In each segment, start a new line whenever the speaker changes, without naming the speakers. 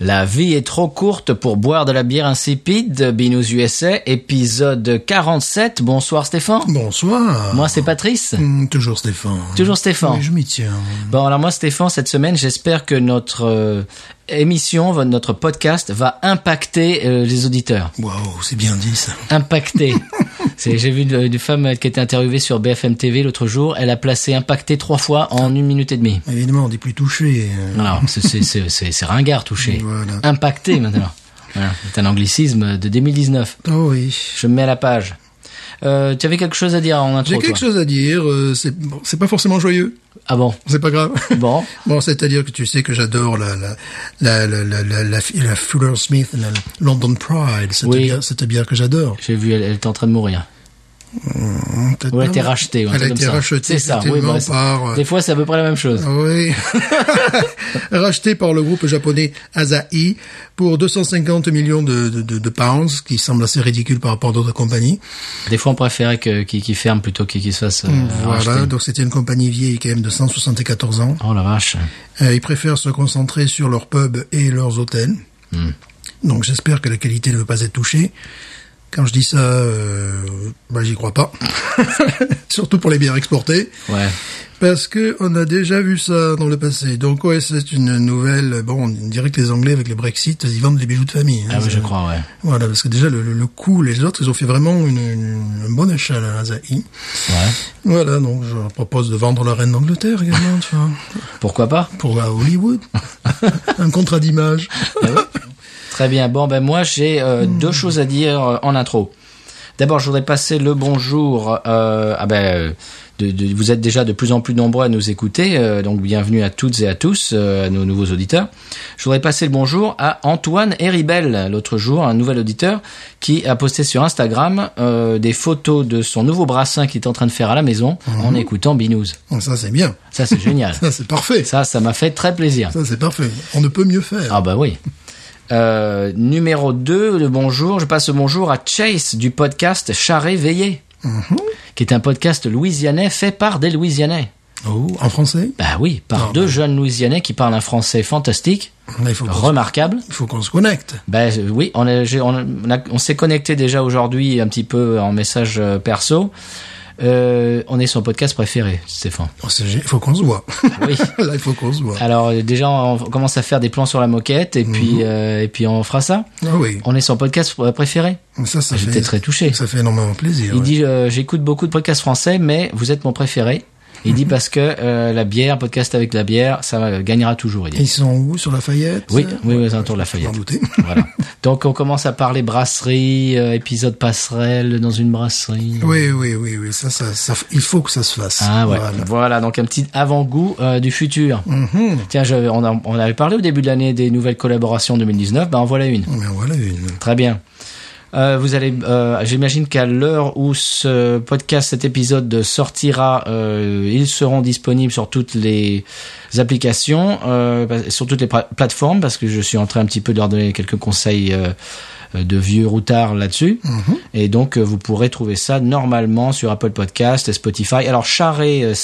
La vie est trop courte pour boire de la bière insipide. Binous USA, épisode 47. Bonsoir Stéphane.
Bonsoir.
Moi c'est Patrice.
Hmm, toujours Stéphane.
Toujours Stéphane.
Oui, je m'y tiens.
Bon, alors moi, Stéphane, cette semaine, j'espère que notre euh, émission, va- notre podcast va impacter euh, les auditeurs.
Waouh, c'est bien dit ça.
Impacter. C'est- J'ai vu une, une femme euh, qui était interviewée sur BFM TV l'autre jour. Elle a placé impacté trois fois en une minute et demie.
Évidemment, on n'est plus touché. euh,
Alors, c'est- c'est- c'est c'est- c'est ringard, touché. Ah.
Voilà.
Impacté, maintenant. Voilà, c'est un anglicisme de 2019.
Oh oui.
Je me mets à la page. Euh, tu avais quelque chose à dire en intro,
J'ai quelque
toi
chose à dire. euh, c'est bon, c'est pas forcément joyeux.
Ah bon
C'est pas grave.
Bon.
Bon, c'est-à-dire que tu sais que j'adore la la la la la, la, la, la Fuller Smith, la London Pride. Cette
Oui.
bière, cette bière que j'adore.
J'ai vu, elle, elle était en train de mourir. Ou elle a été rachetée. ou un
Elle a
truc comme
été
ça.
rachetée.
C'est ça, oui.
effectivement,
bah, c'est-
par, euh,
Des fois, c'est à peu près la même chose.
Oui. Racheté par le groupe japonais Asahi pour 250 millions de, de, de, de pounds, ce qui semble assez ridicule par rapport à d'autres compagnies.
Des fois, on préférait que- qu'ils qu'ils ferment plutôt qu'ils qu'ils se fassent euh,
voilà,
racheter.
donc c'était une compagnie vieille quand même de 174 ans.
Oh la vache.
Euh, ils préfèrent se concentrer sur leurs pubs et leurs hôtels. Donc j'espère que la qualité ne va pas être touchée. Quand je dis ça, euh, bah, j'y crois pas. Surtout pour les bières exportées.
Ouais.
Parce que on a déjà vu ça dans le passé. Donc ouais, c'est une nouvelle. Bon, on dirait que les Anglais avec le Brexit, ils vendent des bijoux de famille. hein.
Ah oui, je
Ça-
crois, ouais.
Voilà, parce que déjà le, le, le coût, les autres, ils ont fait vraiment une, une- un bon achat là, à Zahi.
Ouais.
Voilà, donc je leur propose de vendre la reine d'Angleterre également, tu vois,
Pourquoi pas
pour à Hollywood. un contrat d'image.
Très bien. Bon, ben moi, j'ai euh, deux choses à dire euh, en intro. D'abord, je voudrais passer le bonjour. euh, ah ben, euh, de- de- vous êtes déjà de plus en plus nombreux à nous écouter, euh, donc bienvenue à toutes et à tous, euh, à nos nouveaux auditeurs. Je voudrais passer le bonjour à Antoine Héribel, l'autre jour, un nouvel auditeur, qui a posté sur Instagram euh, des photos de son nouveau brassin qu'il est en train de faire à la maison en écoutant Binous.
Bon, ça c'est bien,
Ça, c'est génial.
ça c'est parfait,
Ça, ça m'a fait très plaisir.
ça c'est parfait. On ne peut mieux faire.
Ah bah oui. Euh, numéro 2, le bonjour. Je passe le bonjour à Chase du podcast Charré Veillé, qui est un podcast louisianais fait par des Louisianais.
Oh, en français,
Bah oui, par
Ah
deux
bah.
jeunes Louisianais qui parlent un français fantastique,
Là, il faut qu'on,
remarquable.
il faut qu'on se connecte.
Ben euh, oui, on, a- j'ai- on, a- on a- on s'est connecté déjà aujourd'hui un petit peu en message euh, perso. Euh, on est son podcast préféré, Stéphane.
Oh, c'est gé- il faut qu'on se voit.
Oui.
là, il faut qu'on se voit.
Alors euh, déjà, on commence à faire des plans sur la moquette et puis euh, et puis on fera ça.
Ah oui.
On est son podcast pr- préféré.
Ça, ça
J'étais
fait,
très touché.
Ça fait énormément plaisir.
Il
ouais.
dit euh, j'écoute beaucoup de podcasts français, mais vous êtes mon préféré. Il dit parce que euh, la bière, podcast avec la bière, ça euh, gagnera toujours. Il dit.
Ils sont où sur euh, Lafayette
Oui,
ça
oui, oui, c'est un tour de la
Je m'en
Lafayette.
doutais.
Voilà. Donc on commence à parler brasserie, euh, épisode passerelle dans une brasserie.
Oui, oui, oui, oui. Ça, ça, ça, il faut que ça se fasse.
Ah ouais. Voilà.
Voilà.
donc un petit avant-goût euh, du futur.
Mhm.
Tiens, je, on, a- on avait parlé au début de l'année des nouvelles collaborations 2019. Ben en voilà une.
Mais voilà une.
Très bien. Euh, vous allez, euh, j'imagine qu'à l'heure où ce podcast, cet épisode sortira, euh, ils seront disponibles sur toutes les applications, euh, bah, sur toutes les pla- plateformes, parce que je suis en train un petit peu de leur donner quelques conseils euh, euh, de vieux routards là-dessus. Et donc, euh, vous pourrez trouver ça normalement sur Apple Podcast et Spotify. Alors, charré, euh,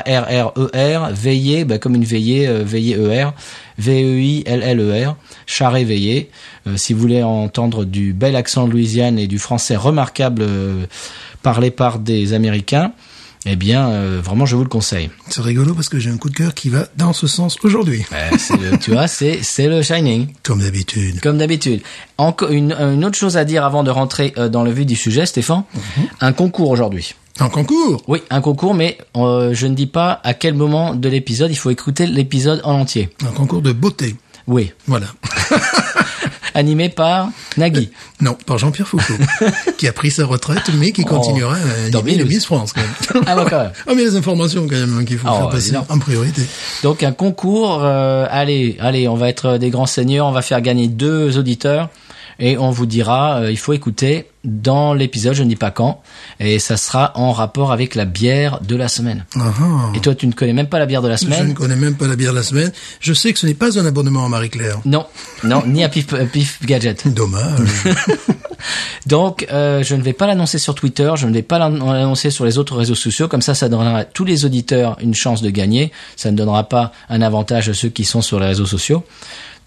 C-H-A-R-R-E-R, veillé, E bah, comme une veillée, euh, veillée E-R, V-E-I-L-L-E-R, charré veillé. Euh, si vous voulez entendre du bel accent de Louisiane et du français remarquable euh, parlé par des Américains, eh bien, euh, vraiment, je vous le conseille.
C'est rigolo parce que j'ai un coup de cœur qui va dans ce sens aujourd'hui.
Euh, c'est le- tu vois, c'est c'est le Shining.
Comme d'habitude.
Comme d'habitude. Encore une, une autre chose à dire avant de rentrer euh, dans le vif du sujet, Stéphane. Un concours aujourd'hui.
En concours.
Oui, un concours, mais euh, je ne dis pas à quel moment de l'épisode. Il faut écouter l'épisode en entier.
Un concours de beauté.
Oui.
Voilà.
Animé par Nagui.
Non, par Jean-Pierre Foucault, qui a pris sa retraite, mais qui continuera à
dans
animer le
Minus.
Miss France, quand même.
Oh, Ah ouais, quand même.
Ah, mais les informations, quand même, qu'il faut
Ah,
faire
ouais,
passer
énorme.
en priorité.
Donc un concours. euh, allez, allez, on va être des grands seigneurs. On va faire gagner deux auditeurs. et on vous dira, euh, il faut écouter dans l'épisode, je ne dis pas quand, et ça sera en rapport avec la bière de la semaine.
Ah, ah.
Et toi, tu ne connais même pas la bière de la
Je ne
semaine
connais même pas la bière de la semaine. Je sais que ce n'est pas un abonnement à Marie-Claire.
Non, non, ni à Pif, euh, Pif Gadget.
Dommage.
Donc, euh, je ne vais pas l'annoncer sur Twitter, je ne vais pas l'ann- l'annoncer sur les autres réseaux sociaux. Comme ça, ça donnera à tous les auditeurs une chance de gagner. Ça ne donnera pas un avantage à ceux qui sont sur les réseaux sociaux.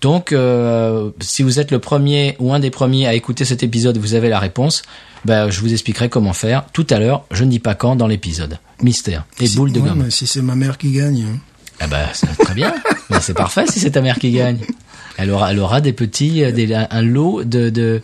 Donc, euh, si vous êtes le premier ou un des premiers à écouter cet épisode, vous avez la réponse. Ben, je vous expliquerai comment faire tout à l'heure. Je ne dis pas quand dans l'épisode. Mystère et
Si-
boule de
ouais,
gomme.
mais si c'est ma mère qui gagne. hein.
Ah ben, c'est très bien. Ben, c'est parfait si c'est ta mère qui gagne. Elle aura, elle aura des petits, euh, des, un lot de, de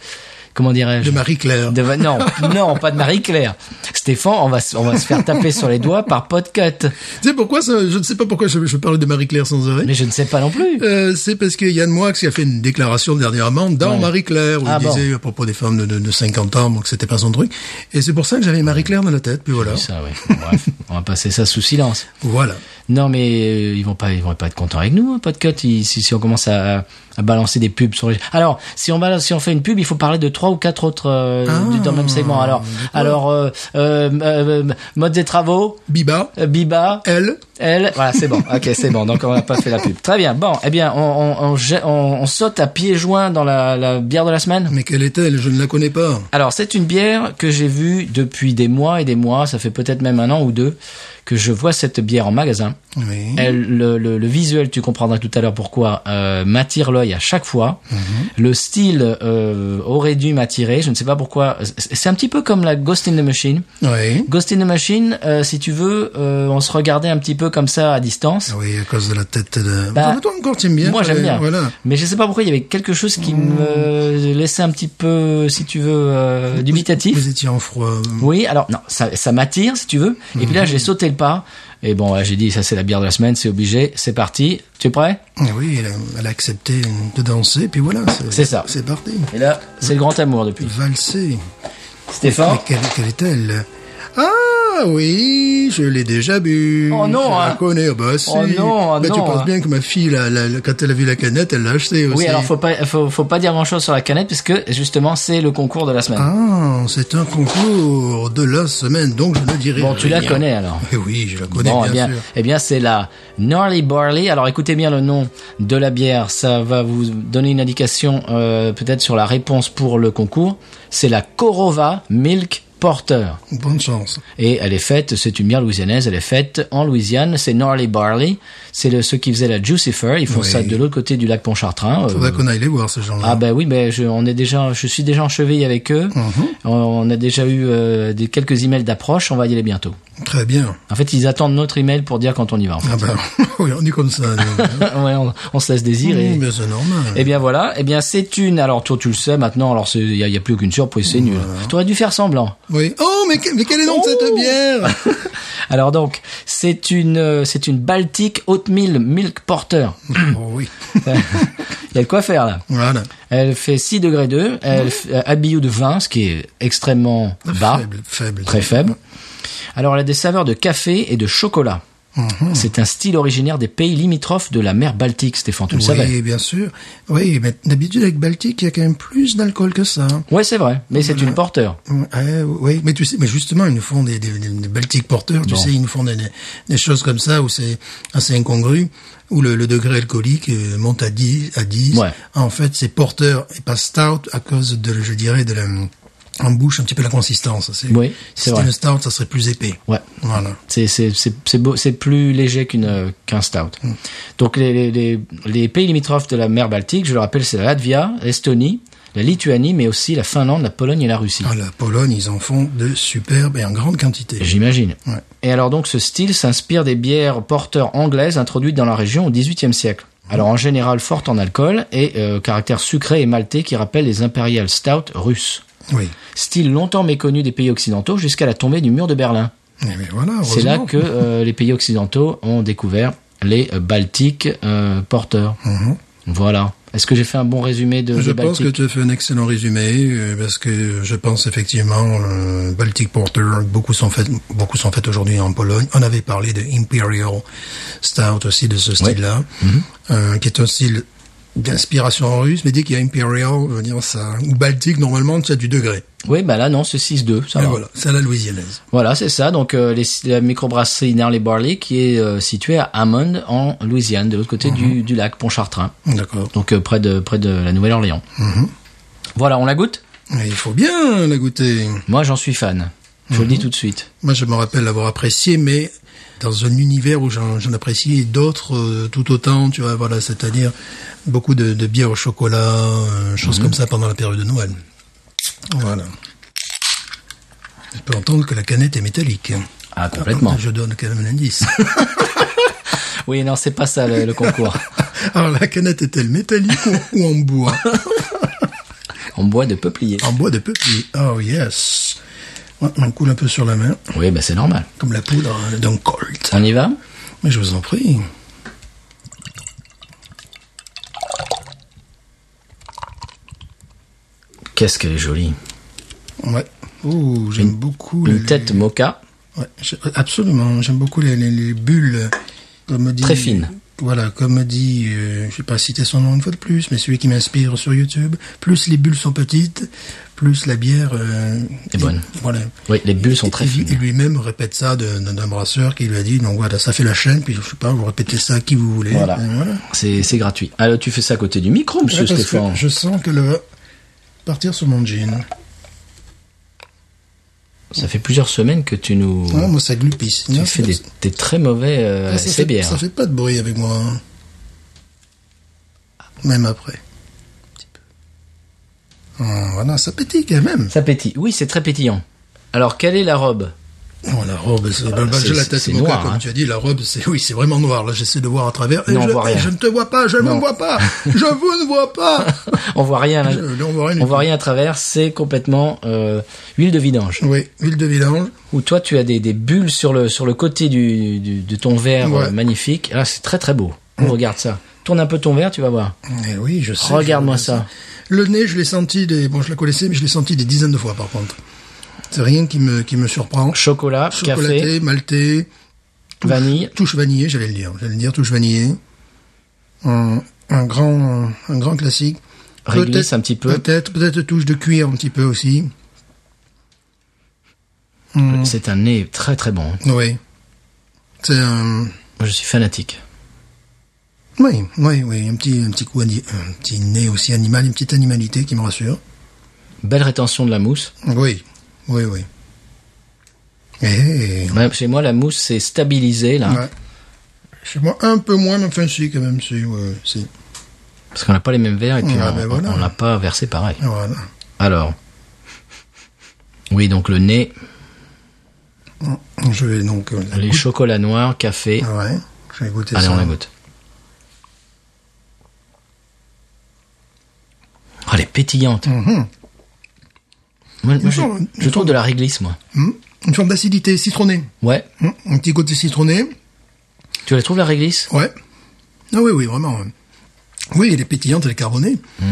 comment dirais-je
De Marie-Claire.
de- non, non, pas de Marie-Claire. Stéphane, on va, se- on va se faire taper sur les doigts par Podcut.
Tu sais pourquoi ça, je ne sais pas pourquoi je, je parle de Marie-Claire sans arrêt.
Mais je ne sais pas non plus.
Euh, c'est parce que Yann Moix qui a fait une déclaration dernièrement dans
Ouais.
Marie-Claire où
Ah
il
bon.
disait à propos des femmes de, de, de 50 ans, donc c'était pas son truc. Et c'est pour ça que j'avais Marie-Claire dans la tête, puis voilà.
Ça, ouais. Bref, on va passer ça sous silence.
Voilà.
Non, mais euh, ils vont pas, ils vont pas être contents avec nous, hein, Podcut. Ils- si, si on commence à, à balancer des pubs sur les. Alors, si on balance, si on fait une pub, il faut parler de trois ou quatre autres euh,
Ah,
dans le même segment. Alors, alors, euh, euh, euh, mode des travaux,
Biba,
euh, Biba,
elle,
Elle, voilà, c'est bon. Ok, c'est bon. Donc on n'a pas fait la pub. Très bien. Bon, eh bien, on, on, on, je- on- on saute à pieds joints dans la, la bière de la semaine.
mais quelle est-elle Je ne la connais pas.
Alors c'est une bière que j'ai vue depuis des mois et des mois. Ça fait peut-être même un an ou deux que je vois cette bière en magasin.
Oui.
Elle, le, le- le visuel, tu comprendras tout à l'heure pourquoi, euh, m'attire l'œil à chaque fois. Le style euh, aurait dû m'attirer. Je ne sais pas pourquoi. C'est c'est un petit peu comme la Ghost in the Machine.
Oui.
Ghost in the Machine, euh, si tu veux, euh, on se regardait un petit peu comme ça à distance.
Ah Oui, à cause de la tête de...
Bah,
toi encore, tu aimes bien.
Moi j'aime
fallait-
bien.
Voilà.
Mais je sais pas pourquoi il y avait quelque chose qui me laissait un petit peu, si tu veux, euh, dubitatif.
Vous étiez en froid.
Oui, alors non, ça, ça m'attire si tu veux. Et puis là j'ai sauté le pas. Et bon, ouais, j'ai dit ça c'est la bière de la semaine, c'est obligé, c'est parti. Tu es prêt
Ah Oui, elle a, elle a accepté de danser, puis voilà.
C'est ça.
C'est parti.
Et là c'est le grand amour depuis.
Valser.
Stéphane.
Mais quelle, quelle est-elle Ah oui, je l'ai déjà bu.
Oh non,
Je la
hein.
connais, Ah bah si.
Oh non, ah
Bah, Tu
non,
penses
hein.
bien que ma fille, la- la- la- quand elle a vu la canette, elle l'a achetée aussi.
Oui, alors faut pas, faut, faut pas dire grand chose sur la canette puisque justement c'est le concours de la semaine.
Ah, c'est un concours de la semaine, donc je ne dirai
bon, tu la
rien.
connais alors.
Eh oui, je la connais,
Bon, eh
bien,
bien,
sûr.
eh bien, c'est la Gnarly Barley. Alors, écoutez bien le nom de la bière. Ça va vous donner une indication, euh, peut-être sur la réponse pour le concours. C'est la Corova Milk Porter.
Bonne chance.
Et elle est faite, c'est une bière louisianaise, elle est faite en Louisiane. C'est Gnarly Barley. C'est le, ceux qui faisaient la Jucifer. Ils font
Oui.
ça de l'autre côté du lac Pontchartrain. Euh,
Faudrait qu'on aille les voir, ces gens-là.
ah ben oui, ben je, on est déjà, je suis déjà en cheville avec eux.
Mhm.
On, on a déjà eu euh, des, quelques emails d'approche. On va y aller bientôt.
Très bien.
En fait, ils attendent notre email pour dire quand on y va. en fait.
Ah ben, oui, on est comme ça. nous.
ouais, on, on se laisse désirer.
Oui, Mmh, mais c'est normal.
Eh bien voilà, eh bien c'est une. Alors toi tu le sais maintenant. Alors il y a, y a plus aucune surprise, c'est nul. T'aurais dû faire semblant.
Oui. Oh, mais, que- mais quelle est donc cette bière
Alors donc c'est une euh, c'est une Baltic Oatmeal Milk Porter.
Oh oui.
Il y a de quoi faire là.
Voilà.
Elle fait 6 degrés 2. Elle f- euh, habillée de vin, ce qui est extrêmement bas,
Faible, faible.
très faible. Alors elle a des saveurs de café et de chocolat.
Mhm.
C'est un style originaire des pays limitrophes de la mer Baltique, Stéphane. Tu le savais.
Oui, bien sûr. Oui, mais d'habitude avec Baltique, il y a quand même plus d'alcool que ça.
Ouais, c'est vrai. Mais c'est une porteur.
Ouais, oui, mais tu sais, mais justement, ils nous font des, des, des- des Baltic porteurs, tu
Bon.
sais, ils nous font des, des- des choses comme ça où c'est assez incongru, où le, le degré alcoolique euh, monte à 10, à 10.
Ouais.
En fait, c'est porteur et pas stout à cause de, je dirais, de la, en bouche, un petit peu la consistance. C'est-
Oui, c'est
si c'était
vrai.
une stout, ça serait plus épais.
Ouais.
Voilà.
C'est c'est- c'est- c'est beau- c'est plus léger qu'une euh, qu'un stout.
Mm.
Donc les, les, les, les pays limitrophes de la mer Baltique, je le rappelle, c'est la Latvia, l'Estonie, la Lituanie, mais aussi la Finlande, la Pologne et la Russie.
Ah, la Pologne, ils en font de superbes et en grande quantité.
J'imagine.
Ouais.
Et alors donc ce style s'inspire des bières porteurs anglaises introduites dans la région au XVIIIe siècle.
Mm.
Alors en général fortes en alcool et euh, au caractère sucré et maltais qui rappelle les impériales stout russes.
Oui.
Style longtemps méconnu des pays occidentaux jusqu'à la tombée du mur de Berlin.
Eh bien, voilà,
C'est là
heureusement.
que euh, les pays occidentaux ont découvert les euh, Baltiques euh, porteurs.
Mhm.
Voilà. Est-ce que j'ai fait un bon résumé de,
Je
de
pense que
Baltique
tu as fait un excellent résumé euh, parce que je pense effectivement euh, Baltic Porter beaucoup sont faits beaucoup sont faits aujourd'hui en Pologne. On avait
Mhm.
parlé de Imperial Stout aussi de ce style-là, euh, qui est un style d'inspiration russe, mais dès qu'il y a Imperial, je veux dire ça, ou Baltique, normalement, tu as du degré.
Oui, bah là, non, c'est 6-2. Ça
Et
va.
voilà, c'est à la louisianaise.
Voilà, c'est ça. Donc, euh, les, la microbrasserie Narley Barley qui est euh, située à Hammond, en Louisiane, de l'autre côté du, du lac Pontchartrain.
D'accord.
Donc, euh, près, de, près de la Nouvelle-Orléans. Voilà, on la goûte
Mais il faut bien la goûter.
Moi, j'en suis fan. Je vous le dis tout de suite.
Moi, je me rappelle l'avoir apprécié, mais dans un univers où j'en j'en apprécie d'autres euh, tout autant, tu vois, voilà, c'est-à-dire beaucoup de, de bières au chocolat, euh, choses
Mhm.
comme ça pendant la période de Noël. Voilà. Je peux entendre que la canette est métallique.
Ah, complètement.
Je donne quand même l'indice.
Oui, non, c'est pas ça le, le concours.
Alors, la canette est-elle métallique ou, ou en bois
En bois de peuplier.
En bois de peuplier. Oh, yes. Ouais, On coule un peu sur la main,
Oui, bah, c'est normal.
comme la poudre euh, d'un colt.
On y va
Mais je vous en prie.
Qu'est-ce qu'elle est jolie.
Ouais. Ouh, j'aime beaucoup
Une
les-
tête mocha.
Ouais, j'ai- absolument. J'aime beaucoup les, les- les bulles, comme dit.
Très fines.
Voilà, comme dit, euh, je vais pas citer son nom une fois de plus, mais celui qui m'inspire sur YouTube. Plus les bulles sont petites, plus la bière euh,
Est bonne.
Voilà.
Oui, les bulles sont
Et-
très
et- Et
fines.
lui-même répète ça de- d'un d'un brasseur qui lui a dit, donc voilà, ça fait la chaîne, puis je sais pas, vous répétez ça à qui vous voulez.
Voilà.
Et voilà.
C'est c'est gratuit. Alors, tu fais ça à côté du micro,
Ouais,
monsieur
parce que
Stéphane
je sens qu'elle va partir sur mon jean.
Ça fait plusieurs semaines que tu nous.
Ouais, Ah, moi, ça glupisse.
tu
Non,
fais
c'est-
des, des très mauvais euh,
Ah, ça,
essais
fait,
bières.
ça fait pas de bruit avec moi. hein. Même après. Ah, voilà, ça pétille quand même.
Ça pétille. Oui, c'est très pétillant. Alors, quelle est la robe
Oh, la robe, c'est bah, bah,
Ah, c'est-
j'ai la
c'est-
tête
c'est
moquée,
noir,
comme
hein.
tu as dit. La robe, c'est oui, c'est vraiment noir. Là, j'essaie de voir à travers. Et
Non, on
je,
voit
et
rien.
je ne te vois pas. Je ne vois pas. je vous ne vois pas.
On voit rien. là.
Euh, là, on voit rien. du
On voit
tout.
rien à travers. C'est complètement euh, huile de vidange.
Oui, huile de vidange.
Ou toi, tu as des, des bulles sur le sur le côté du, du- de ton verre
Ouais.
euh, magnifique. Ah, c'est très très beau. On Regarde ça. Tourne un peu ton verre, tu vas voir.
Eh oui, je sais.
Regarde-moi
je-
ça.
Le nez, je l'ai senti des. Bon, je la connaissais, mais je l'ai senti des dizaines de fois, par contre. C'est rien qui me qui me surprend.
Chocolat,
Chocolaté,
café,
maltais.
vanille.
touche vanillée, j'allais le dire. J'allais le dire, touche vanillée. Un, un grand, un grand classique.
Réglisse
Peut-être-
un petit peu.
Peut-être, peut-être touche de cuir un petit peu aussi. Hmm,
C'est un nez très très bon. hein.
oui. C'est un,
Moi, je suis fanatique.
oui, oui, oui, un petit, un petit coup, ani- un petit nez aussi animal, une petite animalité qui me rassure.
Belle rétention de la mousse.
Oui, oui, oui. Eh,
Ouais, Chez moi, la mousse c'est stabilisée là,
ouais. Chez moi, un peu moins, mais enfin, si, quand même, si, ouais, si.
parce qu'on n'a pas les mêmes verres et puis
Ah,
on
ben voilà.
on n'a pas versé pareil.
Voilà.
Alors, oui, donc le nez,
Je vais donc, euh, la
les
goûter.
chocolats noirs, café.
Ah Ouais, je vais goûter
Allez,
ça.
on la goûte. Oh, elle est pétillante.
Mhm.
Moi, moi, je,
forme-
je trouve de la réglisse, moi.
Hmm. Une forme d'acidité citronnée.
Ouais.
Hmm. Un petit côté citronné.
Tu la trouves, la réglisse
Ouais. Ah oui, oui, vraiment. ouais. Oui, elle est pétillante, elle est carbonée.
Mhm.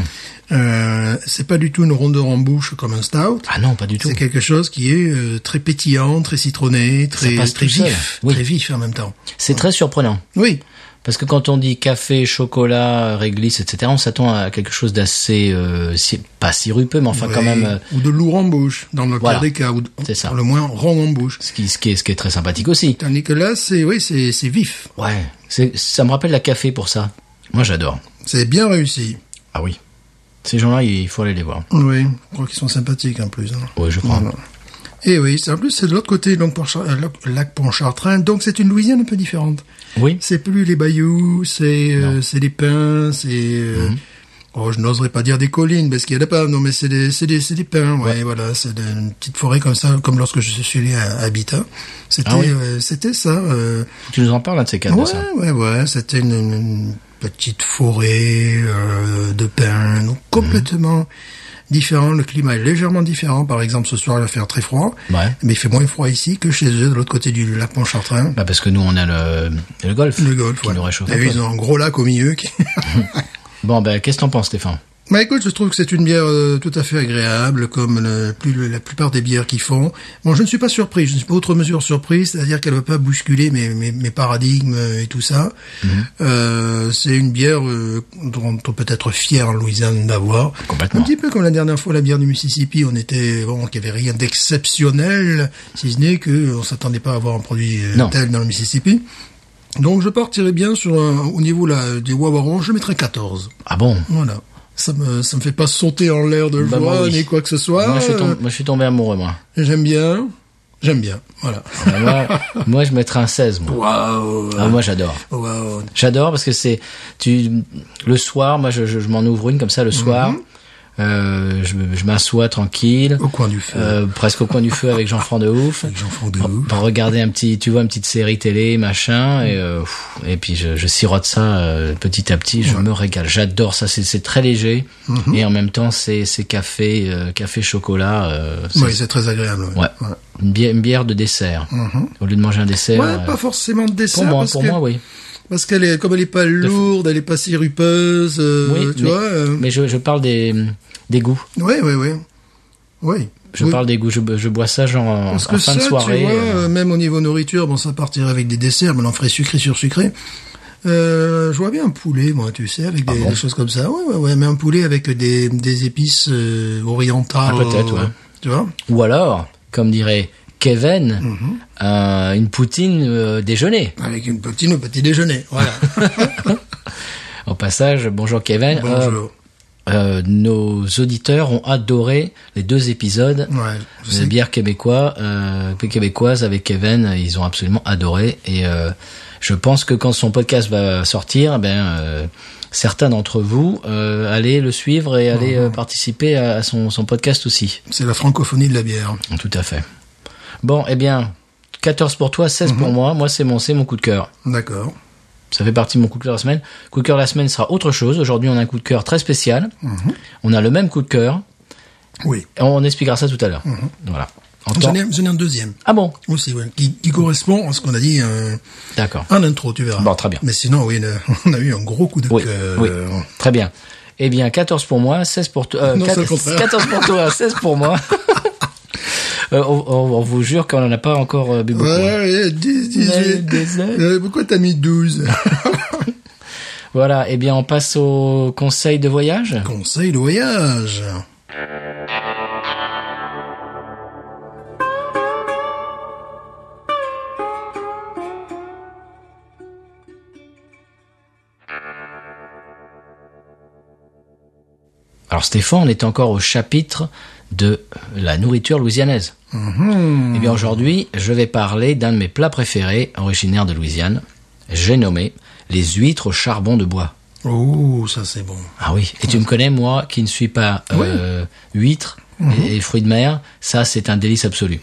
Euh, c'est pas du tout une rondeur en bouche comme un stout.
Ah non, pas du tout.
C'est quelque chose qui est euh, très pétillant, très citronné, très,
passe
très
tout seul.
vif,
Oui.
très vif en même temps.
C'est très surprenant.
Oui,
Parce que quand on dit café, chocolat, réglisse, etc., on s'attend à quelque chose d'assez... euh, si- pas sirupeux, mais enfin quand
Oui.
même... euh,
Ou de lourd en bouche, dans le
Voilà.
pire des cas, ou de-
C'est ça.
pour le moins rond en bouche.
ce, qui, ce, qui est, ce qui est très sympathique aussi.
Tandis que là, c'est oui, c'est c'est vif,
Ouais. C'est- Ça me rappelle la café pour ça. Moi, j'adore.
c'est bien réussi.
Ah oui. Ces gens-là, il faut aller les voir.
Oui, je crois qu'ils sont sympathiques en plus. hein.
Oui, je crois.
Voilà. Et oui, c'est- en plus c'est de l'autre côté, donc Pontchar- euh, lac- lac Pontchartrain, donc c'est une Louisiane un peu différente.
Oui.
C'est plus les bayous, c'est euh, c'est des pins, c'est
Mhm.
euh, oh je n'oserais pas dire des collines parce qu'il y en a pas, non mais c'est des c'est des c'est des pins, ouais, voilà, c'est des- une petite forêt comme ça, comme lorsque je suis allé à Habitat, c'était
Ah oui.
euh, c'était ça. euh,
Tu nous en parles, un de ces quatre, de ça.
Ouais, ouais, ouais, c'était une, une petite forêt euh, de pins,
Mhm.
donc complètement différent. Le climat est légèrement différent. Par exemple, ce soir, il va faire très froid,
Ouais.
mais il fait moins froid ici que chez eux, de l'autre côté du lac Pontchartrain.
Bah parce que nous on a le, le golf.
Le golf,
qui
ouais.
nous réchauffe.
T'as
un
vu,
peu.
ils ont un gros lac au milieu. qui-
Bon ben bah, qu'est-ce que t'en penses Stéphane
Bah écoute, je trouve que c'est une bière euh, tout à fait agréable, comme le- plus- la plupart des bières qu'ils font. Bon, je ne suis pas surpris, je ne suis pas autre mesure surpris, c'est-à-dire qu'elle ne va pas bousculer mes, mes, mes paradigmes euh, et tout ça. Euh, c'est une bière euh, dont on peut être fier en Louisiane d'avoir.
Complètement.
Un petit peu comme la dernière fois, la bière du Mississippi, on était bon, qu'il n'y avait rien d'exceptionnel, si ce n'est que on s'attendait pas à avoir un produit euh,
Non.
tel dans le Mississippi. Donc je partirais bien sur un- au niveau là, du Wawaron, je mettrais 14.
Ah bon
Voilà. Ça me, ça me fait pas sauter en l'air de
Bah,
joie,
moi, oui.
ni quoi que ce soit.
moi, je suis
Euh,
tombé, moi, je suis tombé amoureux, moi.
J'aime bien. J'aime bien. Voilà.
Euh, moi, moi, je mettrais un 16, moi.
Waouh.
Ah, moi, j'adore.
Waouh.
J'adore parce que c'est tu le soir, moi je, je, je m'en ouvre une comme ça le soir.
Mhm.
Euh, je me- je m'assois tranquille,
Au coin du feu.
euh, presque au coin du feu avec Jean-Franc de ouf.
Avec Jean-Franc de
Pour-
ouf.
pour regarder un petit, tu vois, une petite série télé, machin, et, euh, pff, et puis je, je sirote ça euh, petit à petit, je me régale. J'adore ça, c'est- c'est très léger,
Mhm.
et en même temps c'est c'est café, euh, café chocolat, euh, c'est-
Oui, c'est très agréable. ouais. Mm. Mhm.
ouais. une, bière, une bière de dessert. Au lieu de manger un dessert,
Ouais,
euh,
pas forcément de
pour
dessert.
moi,
parce
pour
que-
moi, oui.
Parce qu'elle est, comme elle est pas lourde, elle est pas sirupeuse, euh,
Oui,
tu vois. euh,
Mais je, je parle des, des goûts.
Ouais, ouais, ouais. Oui.
Je
Oui.
parle des goûts. Je, je bois ça genre en,
Parce
en
que
fin
ça,
de soirée.
tu vois,
euh,
euh, même au niveau nourriture, bon, ça partirait avec des desserts, mais on en ferait sucré sur sucré. Euh, je vois bien un poulet, moi, tu sais,
Ah
avec des, des choses comme ça. Ouais, ouais, ouais, mais un poulet avec des, des épices euh, orientales. euh,
Ah, peut-être, ouais.
Tu vois
Ou alors, comme dirait Kevin,
Mm.
euh, une poutine euh, déjeuner.
Avec une poutine au petit déjeuner, voilà.
Au passage, bonjour Kevin. Euh,
Bonjour.
euh, nos auditeurs ont adoré les deux épisodes.
Ouais, je
Les
sais.
bières québécois, euh, québécoises avec Kevin, ils ont absolument adoré. Et euh, je pense que quand son podcast va sortir, ben euh, certains d'entre vous euh, allez le suivre et allez
Mm-hmm.
euh, participer à, à son, son podcast aussi.
C'est la francophonie de la bière.
Tout à fait. Bon, eh bien, 14 pour toi, 16
Mhm.
pour moi. Moi, c'est mon, c'est mon coup de cœur.
D'accord.
Ça fait partie de mon coup de cœur de la semaine. Coup de cœur de la semaine sera autre chose. Aujourd'hui, on a un coup de cœur très spécial.
Mhm.
On a le même coup de cœur.
Oui.
Et on expliquera ça tout à l'heure.
Mhm.
Voilà. En temps-
J'en ai, j'en ai un deuxième
Ah bon
aussi, ouais, qui, qui correspond à ce qu'on a dit euh,
D'accord.
en intro, tu verras.
Bon, très bien.
Mais sinon, oui, le- on a eu un gros coup de
Oui,
cœur.
oui. Très bien. Eh bien, 14 pour moi, 16 pour toi. euh,
Non, c'est le
14,
contraire.
14 pour toi, 16 pour moi. Euh, on, on- on vous jure qu'on n'en a pas encore euh, bu beaucoup. hein.
Ouais, 10, 18.
Désolé.
Euh, pourquoi t'as mis 12
Voilà, eh bien, on passe au conseil de voyage.
Conseil de voyage.
Alors, Stéphane, on est encore au chapitre de la nourriture louisianaise. Eh bien, aujourd'hui, je vais parler d'un de mes plats préférés, originaire de Louisiane. J'ai nommé les huîtres au charbon de bois.
Oh, ça c'est bon.
Ah oui. Et tu me connais, moi, qui ne suis pas euh, huître et, et fruits de mer, ça, c'est un délice absolu.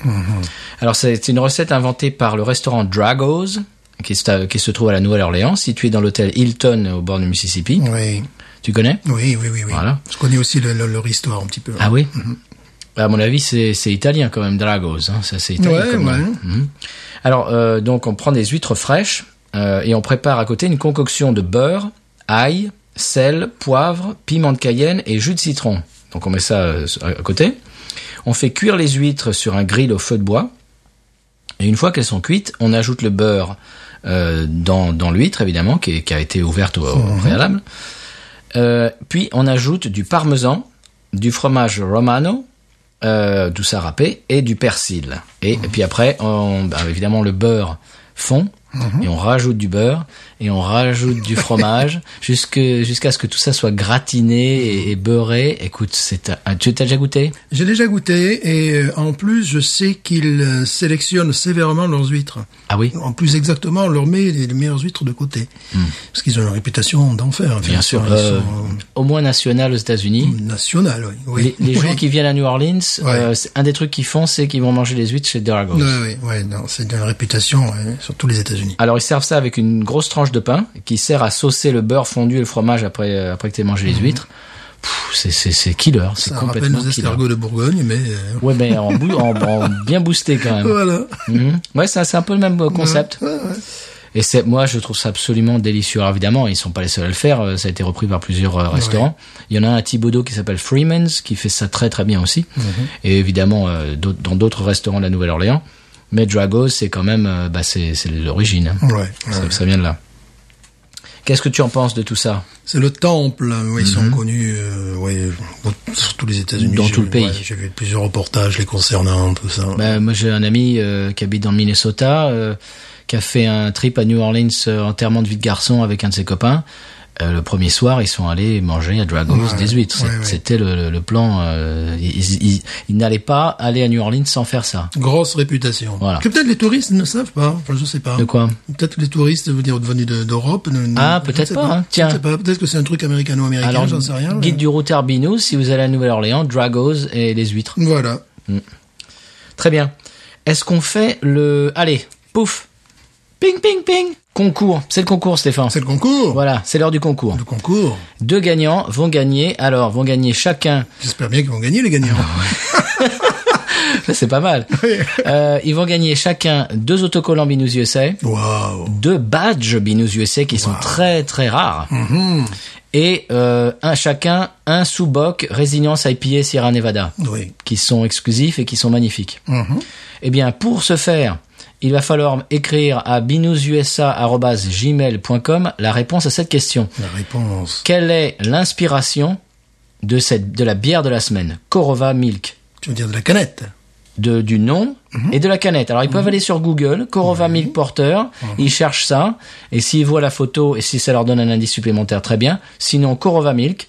Alors, c'est une recette inventée par le restaurant Dragos, qui, se- qui se trouve à la Nouvelle-Orléans, situé dans l'hôtel Hilton au bord du Mississippi.
Oui,
Tu connais
oui, oui, oui. oui.
Voilà.
Je connais aussi le- le- leur histoire un petit peu.
Ah oui
Mhm.
À mon avis, c'est c'est italien quand même, Dragos. Hein. Ça, c'est italien
Ouais,
comme
ouais.
nom. Mhm. Alors, euh, donc, on prend des huîtres fraîches euh, et on prépare à côté une concoction de beurre, ail, sel, poivre, piment de cayenne et jus de citron. Donc, on met ça euh, à à côté. On fait cuire les huîtres sur un grill au feu de bois. Et une fois qu'elles sont cuites, on ajoute le beurre euh, dans, dans l'huître, évidemment, qui, est- qui a été ouverte au,
Mhm.
au préalable. Euh, puis on ajoute du parmesan, du fromage romano, euh, tout ça râpé, et du persil. Et,
Mhm.
et puis après, on, bah, évidemment, le beurre fond,
Mhm.
et on rajoute du beurre, et on rajoute du fromage, jusque- jusqu'à ce que tout ça soit gratiné et, et beurré. Écoute, c'est un- un- tu t'as déjà goûté
J'ai déjà goûté et euh, en plus je sais qu'ils euh, sélectionnent sévèrement leurs huîtres.
Ah oui
En plus exactement, on leur met les, les meilleures huîtres de côté. Parce qu'ils ont une réputation d'enfer.
Hmm. Bien sûr,
Ils
euh,
sont
au moins national aux États-Unis.
euh, nationales, oui. oui.
Les, les
Oui.
gens qui viennent à New Orleans,
Ouais.
euh, c'est- un des trucs qu'ils font, c'est qu'ils vont manger les huîtres chez Dragos.
Ouais, ouais, ouais, non, c'est une réputation, ouais, surtout les États-Unis.
Alors ils servent ça avec une grosse tranche de pain qui sert à saucer le beurre fondu et le fromage après, euh, après que tu mangé les huîtres. Pff, C'est c'est- c'est killer, c'est
Mhm. Ça rappelle
complètement
nos
killer.
escargots de Bourgogne, mais euh,
Ouais, mais en, bou- en- en bien boosté quand même.
voilà.
Mhm. Ouais, ça c'est un peu le même euh, concept.
Ouais, ouais.
Et c'est, moi, je trouve ça absolument délicieux. Alors, évidemment, ils sont pas les seuls à le faire. euh, Ça a été repris par plusieurs euh, restaurants. Il y en a un à Thibaudot qui s'appelle Freeman's, qui fait ça très très bien aussi.
Mhm.
Et évidemment, euh, d'autres- dans d'autres restaurants de la Nouvelle-Orléans. Mais Drago, c'est quand même, euh, bah, c'est, c'est l'origine. hein.
Ouais, ouais.
Ça, ça vient de là. Qu'est-ce que tu en penses de tout ça
C'est le temple, euh, oui, ils sont connus, euh, ouais, sur tous les États-Unis.
Mhm. Dans
j'ai
tout
vu,
le pays.
ouais, j'ai vu plusieurs reportages les concernant, tout ça.
Bah, moi, j'ai un ami euh, qui habite dans le Minnesota, euh, qui a fait un trip à New Orleans, euh, enterrement de vie de garçon avec un de ses copains. Euh, le premier soir, ils sont allés manger à Dragos
Ouais,
des huîtres. C'est-
ouais, ouais.
C'était le- le, le plan. euh, ils ils- ils n'allaient pas aller à New Orleans sans faire ça.
Grosse réputation.
Voilà.
Que peut-être les touristes ne savent pas. Enfin, je sais pas.
De quoi
Peut-être que les touristes, vous dire, venus de- d'Europe. ne- ne-
Ah,
je ne
peut-être
sais
pas, hein.
Je
Tiens.
ne sais pas. Peut-être que c'est un truc américano-américain,
Alors,
Ah, j'en sais rien. mais-
guide du route Arbinou, si vous allez à Nouvelle-Orléans, Dragos et les huîtres.
Voilà.
Très bien. Est-ce qu'on fait le... Allez, pouf Ping, ping, ping Concours. C'est le concours, Stéphane.
C'est le concours.
Voilà, c'est l'heure du concours.
Le concours.
Deux gagnants vont gagner, alors, vont gagner chacun
J'espère bien qu'ils vont gagner, les gagnants.
Ah Ça, c'est pas mal. Euh, ils vont gagner chacun deux autocollants Binous USA,
Waouh.
deux badges Binous USA qui sont très très rares,
Mm. Mhm.
et euh, un chacun un sous-boc Résilience IPA Sierra Nevada,
Oui.
qui sont exclusifs et qui sont magnifiques.
Mhm.
Eh bien, pour ce faire, il va falloir écrire à binoususa.gmail.com la réponse à cette question.
La réponse.
Quelle est l'inspiration de, cette, de la bière de la semaine Corova Milk.
Tu veux dire de la canette.
de, du nom et de la canette. Alors ils peuvent aller sur Google, Corova Milk Porter, ils cherchent ça, et s'ils voient la photo et si ça leur donne un indice supplémentaire, très bien. Sinon, Corova Milk,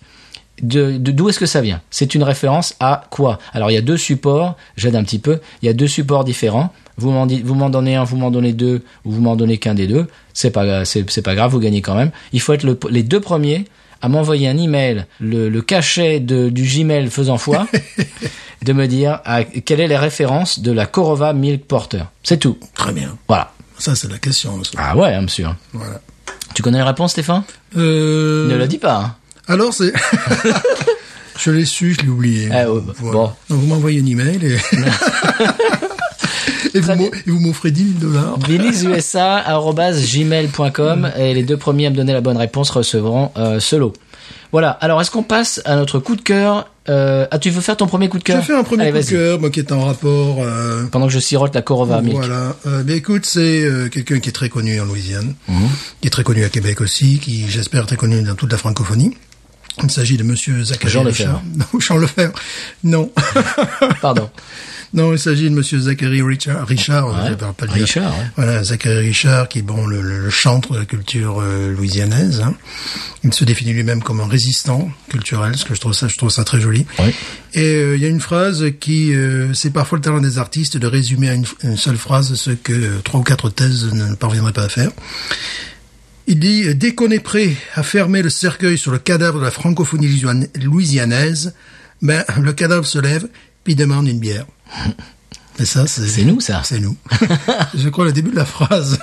de de- d'où est-ce que ça vient C'est une référence à quoi Alors il y a deux supports, j'aide un petit peu, il y a deux supports différents. Vous m'en dites- vous m'en donnez un, vous m'en donnez deux, ou vous m'en donnez qu'un des deux. C'est pas, c'est c'est pas grave, vous gagnez quand même. Il faut être le- les deux premiers à m'envoyer un email, le, le cachet de, du Gmail faisant foi, de me dire à- quelle est la référence de la Corova Milk Porter. C'est tout.
Très bien.
Voilà.
Ça, c'est la question. ça.
Ah ouais, hein, monsieur.
Voilà.
Tu connais la réponse, Stéphane
Euh...
Ne la dis pas. hein.
Alors, c'est. je l'ai su, je l'ai oublié.
Ah, ouais, bah, bon.
Donc, vous m'envoyez un email et. et, vous m'o- et vous m'offrez 10 000 dollars.
billysusa.gmail.com
Mm.
et les deux premiers à me donner la bonne réponse recevront euh, ce lot. Voilà, alors est-ce qu'on passe à notre coup de cœur Euh, Ah, tu veux faire ton premier coup de
Je
cœur
vais faire un premier
Allez,
coup de
vas-y. Ah,
cœur, moi, qui est en rapport. euh,
Pendant que je sirote la Corova Milk.
Voilà. Euh, ben écoute, c'est euh, quelqu'un qui est très connu en Louisiane,
Mhm.
qui est très connu à Québec aussi, qui j'espère est très connu dans toute la francophonie. Il s'agit de Monsieur Zachary
Jean
Richard. Non, Jean Lefebvre. Non,
Pardon.
non, il s'agit de Monsieur Zachary Richard. Richard,
Ouais.
je vais pas le dire.
Richard, hein. ouais.
Voilà, Zachary Richard, qui est bon le, le- le chantre de la culture euh, louisianaise. hein. Il se définit lui-même comme un résistant culturel, ce que je trouve ça, je trouve ça très joli.
Oui.
Et euh, il y a une phrase qui, euh, c'est parfois le talent des artistes de résumer à une, une seule phrase ce que euh, trois ou quatre thèses ne parviendraient pas à faire. Il dit euh, dès qu'on est prêt à fermer le cercueil sur le cadavre de la francophonie louisiana- louisianaise, ben le cadavre se lève puis demande une bière. Et ça,
C'est nous, ça.
Ah, c'est nous. je crois le début de la phrase.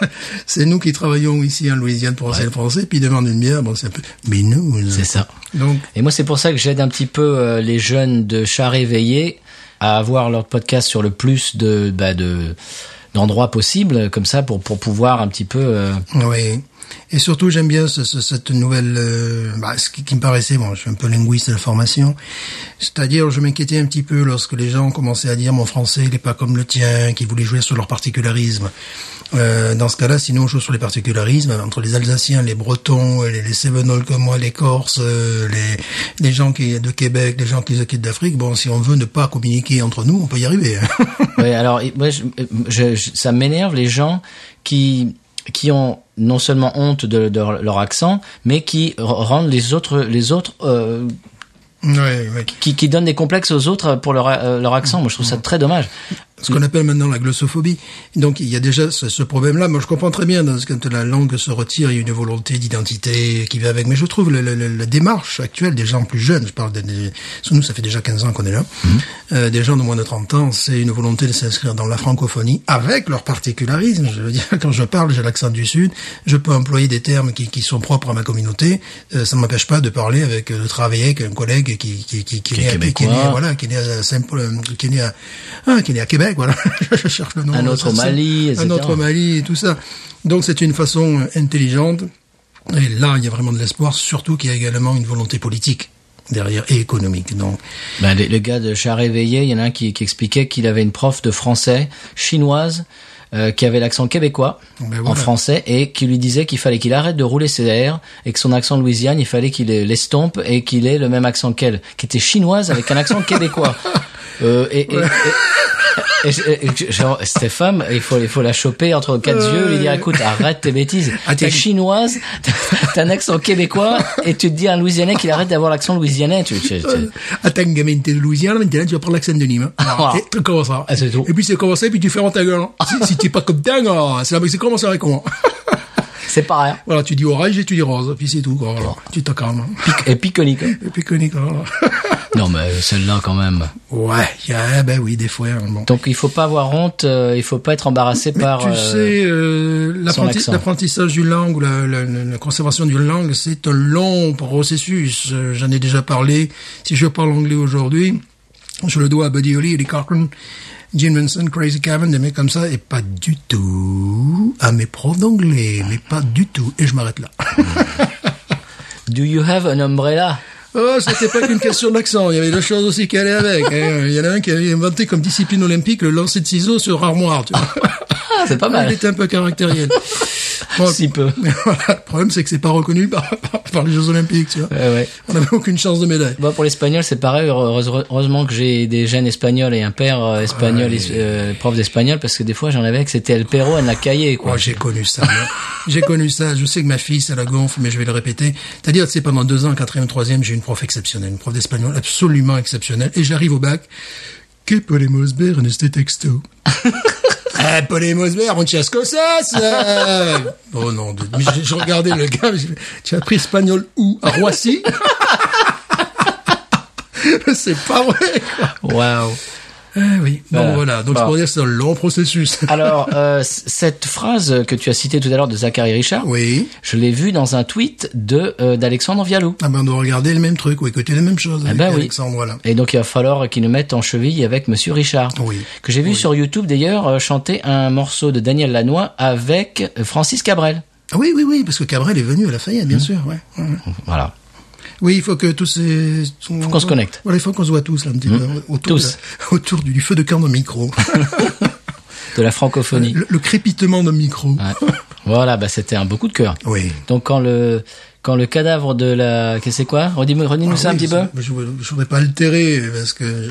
C'est nous qui travaillons ici en Louisiane pour enseigner le français, puis demande une bière. Bon, c'est un peu. Mais nous. nous.
C'est ça.
Donc,
Et moi, c'est pour ça que j'aide un petit peu euh, les jeunes de Char Réveillé à avoir leur podcast sur le plus de bah, de d'endroits possibles, comme ça, pour pour pouvoir un petit peu. euh,
oui. Et surtout, j'aime bien ce- ce- cette nouvelle, euh, bah, ce qui, qui me paraissait, bon, je suis un peu linguiste de formation, c'est-à-dire, je m'inquiétais un petit peu lorsque les gens commençaient à dire mon français n'est pas comme le tien, qu'ils voulaient jouer sur leur particularisme. Euh, dans ce cas-là, sinon on joue sur les particularismes entre les Alsaciens, les Bretons, euh, les, les Cévenols comme moi, les Corses, euh, les, les gens qui de Québec, les gens qui qui d'Afrique. Bon, si on veut ne pas communiquer entre nous, on peut y arriver. hein.
Ouais, alors et- moi, je- euh, je- je- ça m'énerve les gens qui qui ont non seulement honte de, de leur accent, mais qui r- rendent les autres les autres euh,
ouais, ouais.
qui, qui donnent des complexes aux autres pour leur euh, leur accent. Moi, je trouve ça très dommage.
ce qu'on appelle maintenant la glossophobie. Donc il y a déjà ce, ce problème-là. Moi je comprends très bien dans ce- quand la langue se retire, il y a une volonté d'identité qui va avec. Mais je trouve le- le- le- la démarche actuelle des gens plus jeunes, je parle des, des- sous nous ça fait déjà 15 ans qu'on est là,
Mhm.
euh, des gens de moins de 30 ans, c'est une volonté de s'inscrire dans la francophonie avec leur particularisme. Je veux dire, quand je parle, j'ai l'accent du Sud, je peux employer des termes qui, qui sont propres à ma communauté. Euh, ça ne m'empêche pas de parler avec, euh, de travailler avec un collègue qui, qui, qui, qui,
Qui est
né à- qui est né-
québécois.
voilà, qui est né à Saint-Paul, euh, qui est né à, ah, qui est né à Québec, Grec, voilà. je cherche le nom.
Un autre au
Ça, c'est-
Mali, etc.
Un autre au Mali et tout ça. Donc c'est une façon euh, intelligente. Et là, il y a vraiment de l'espoir, surtout qu'il y a également une volonté politique derrière et économique. Donc,
Ben, les- le gars de Chat Réveillé, il y en a un qui, qui expliquait qu'il avait une prof de français chinoise euh, qui avait l'accent québécois
Ben
en
voilà.
français et qui lui disait qu'il fallait qu'il arrête de rouler ses airs et que son accent Louisiane, il fallait qu'il l'estompe et qu'il ait le même accent qu'elle, qui était chinoise avec un accent québécois. Euh, et, et- et- et- et- et- genre, cette femme, il faut, il faut la choper entre quatre yeux, lui dire, écoute, arrête tes bêtises.
Ah,
t'es
t'es-
chinoise, t'as- t'as un accent québécois, et tu te dis à un Louisianais qu'il arrête d'avoir l'accent Louisianais. Tu, tu- tu-
attends, gamin, t'es euh, de Louisiane, maintenant tu vas prendre l'accent de Nîmes. hein.
Ah.
Voilà, c'est comme ça.
Ah, c'est tout.
Et puis c'est comme ça, et puis tu fermes ta gueule. hein. si si t'es pas comme dingue, hein, c'est la- c'est comme ça avec moi. hein.
C'est pas rien.
voilà, tu dis orange et tu dis rose, puis c'est tout. quoi, voilà. Tu te calmes.
Et piconique.
Et puis conique, voilà.
Non, mais euh, celle-là quand même.
ouais, y a- ben oui, des fois. hein, bon.
Donc il faut pas avoir honte, euh, il faut pas être embarrassé
Mais
par.
tu
euh,
sais, euh, l'apprenti-
accent.
l'apprentissage d'une langue, la, la- la- la conservation d'une langue, c'est un long processus. Euh, J'en ai déjà parlé. Si je parle anglais aujourd'hui, je le dois à Buddy Holly, Eddie Cochran, Jim Manson, Crazy Cavan, des mecs comme ça, et pas du tout à mes profs d'anglais, mais pas du tout. Et je m'arrête là.
Do you have an umbrella?
Oh, c'était pas qu'une question d'accent, il y avait deux choses aussi qui allaient avec. hein. Il y en a un qui avait inventé comme discipline olympique le lancer de ciseaux sur armoire, tu vois.
Ah, c'est pas mal.
Il était un peu caractériel. Bon,
Si peu.
voilà, le problème, c'est que c'est pas reconnu par, par les Jeux Olympiques, tu vois.
Ouais, ouais.
On n'avait aucune chance de médaille.
Moi, pour l'espagnol, c'est pareil. Heureuse- Heureusement que j'ai des gènes espagnols et un père euh, espagnol, es- euh, prof d'espagnol, parce que des fois, j'en avais que c'était El Perro en la cahier, quoi.
Oh, j'ai connu ça. moi. j'ai connu ça. Je sais que ma fille, ça la gonfle, mais je vais le répéter. C'est-à-dire, tu sais, pendant deux ans, quatrième, troisième, j'ai une prof exceptionnelle, une prof d'espagnol absolument exceptionnelle. Et j'arrive au bac. Que podemos ver en este texto? Ah, podemos ver muchas cosas! euh. Oh non, de- mais je, je regardais le gars, mais je- tu as appris espagnol où? À Roissy? c'est pas vrai, quoi.
Waouh.
Ah oui. Bon,
Voilà.
voilà. Donc,
Bon.
c'est pour dire que c'est un long processus.
Alors, euh, c- cette phrase que tu as citée tout à l'heure de Zachary Richard,
oui.
je l'ai vue dans un tweet de euh, d'Alexandre Vialou.
Ah ben, on doit regarder le même truc, ou écouter la même chose.
Ah
avec
ben oui.
Alexandre, voilà.
Et donc il va falloir qu'ils nous mettent en cheville avec Monsieur Richard,
Oui.
que j'ai vu sur YouTube d'ailleurs euh, chanter un morceau de Daniel Lanois avec euh, Francis Cabrel.
Ah oui, oui, oui, parce que Cabrel est venu à la Lafayette, bien sûr, ouais. ouais, ouais.
Voilà.
Oui, il faut que tous ces... Mmh. Faut
qu'on se connecte.
Voilà, il faut qu'on se voit tous, là, un petit peu, autour,
Tous.
de- autour du feu de camp de micro.
De la francophonie.
le, le crépitement de micro.
Ouais. Voilà, bah c'était un beau coup de cœur.
Oui.
Donc quand le quand le cadavre de la qu'est-ce que c'est quoi Redis-moi redis-nous
Ah
ça un
oui,
petit peu.
c'est- Je ne voudrais pas altérer parce que...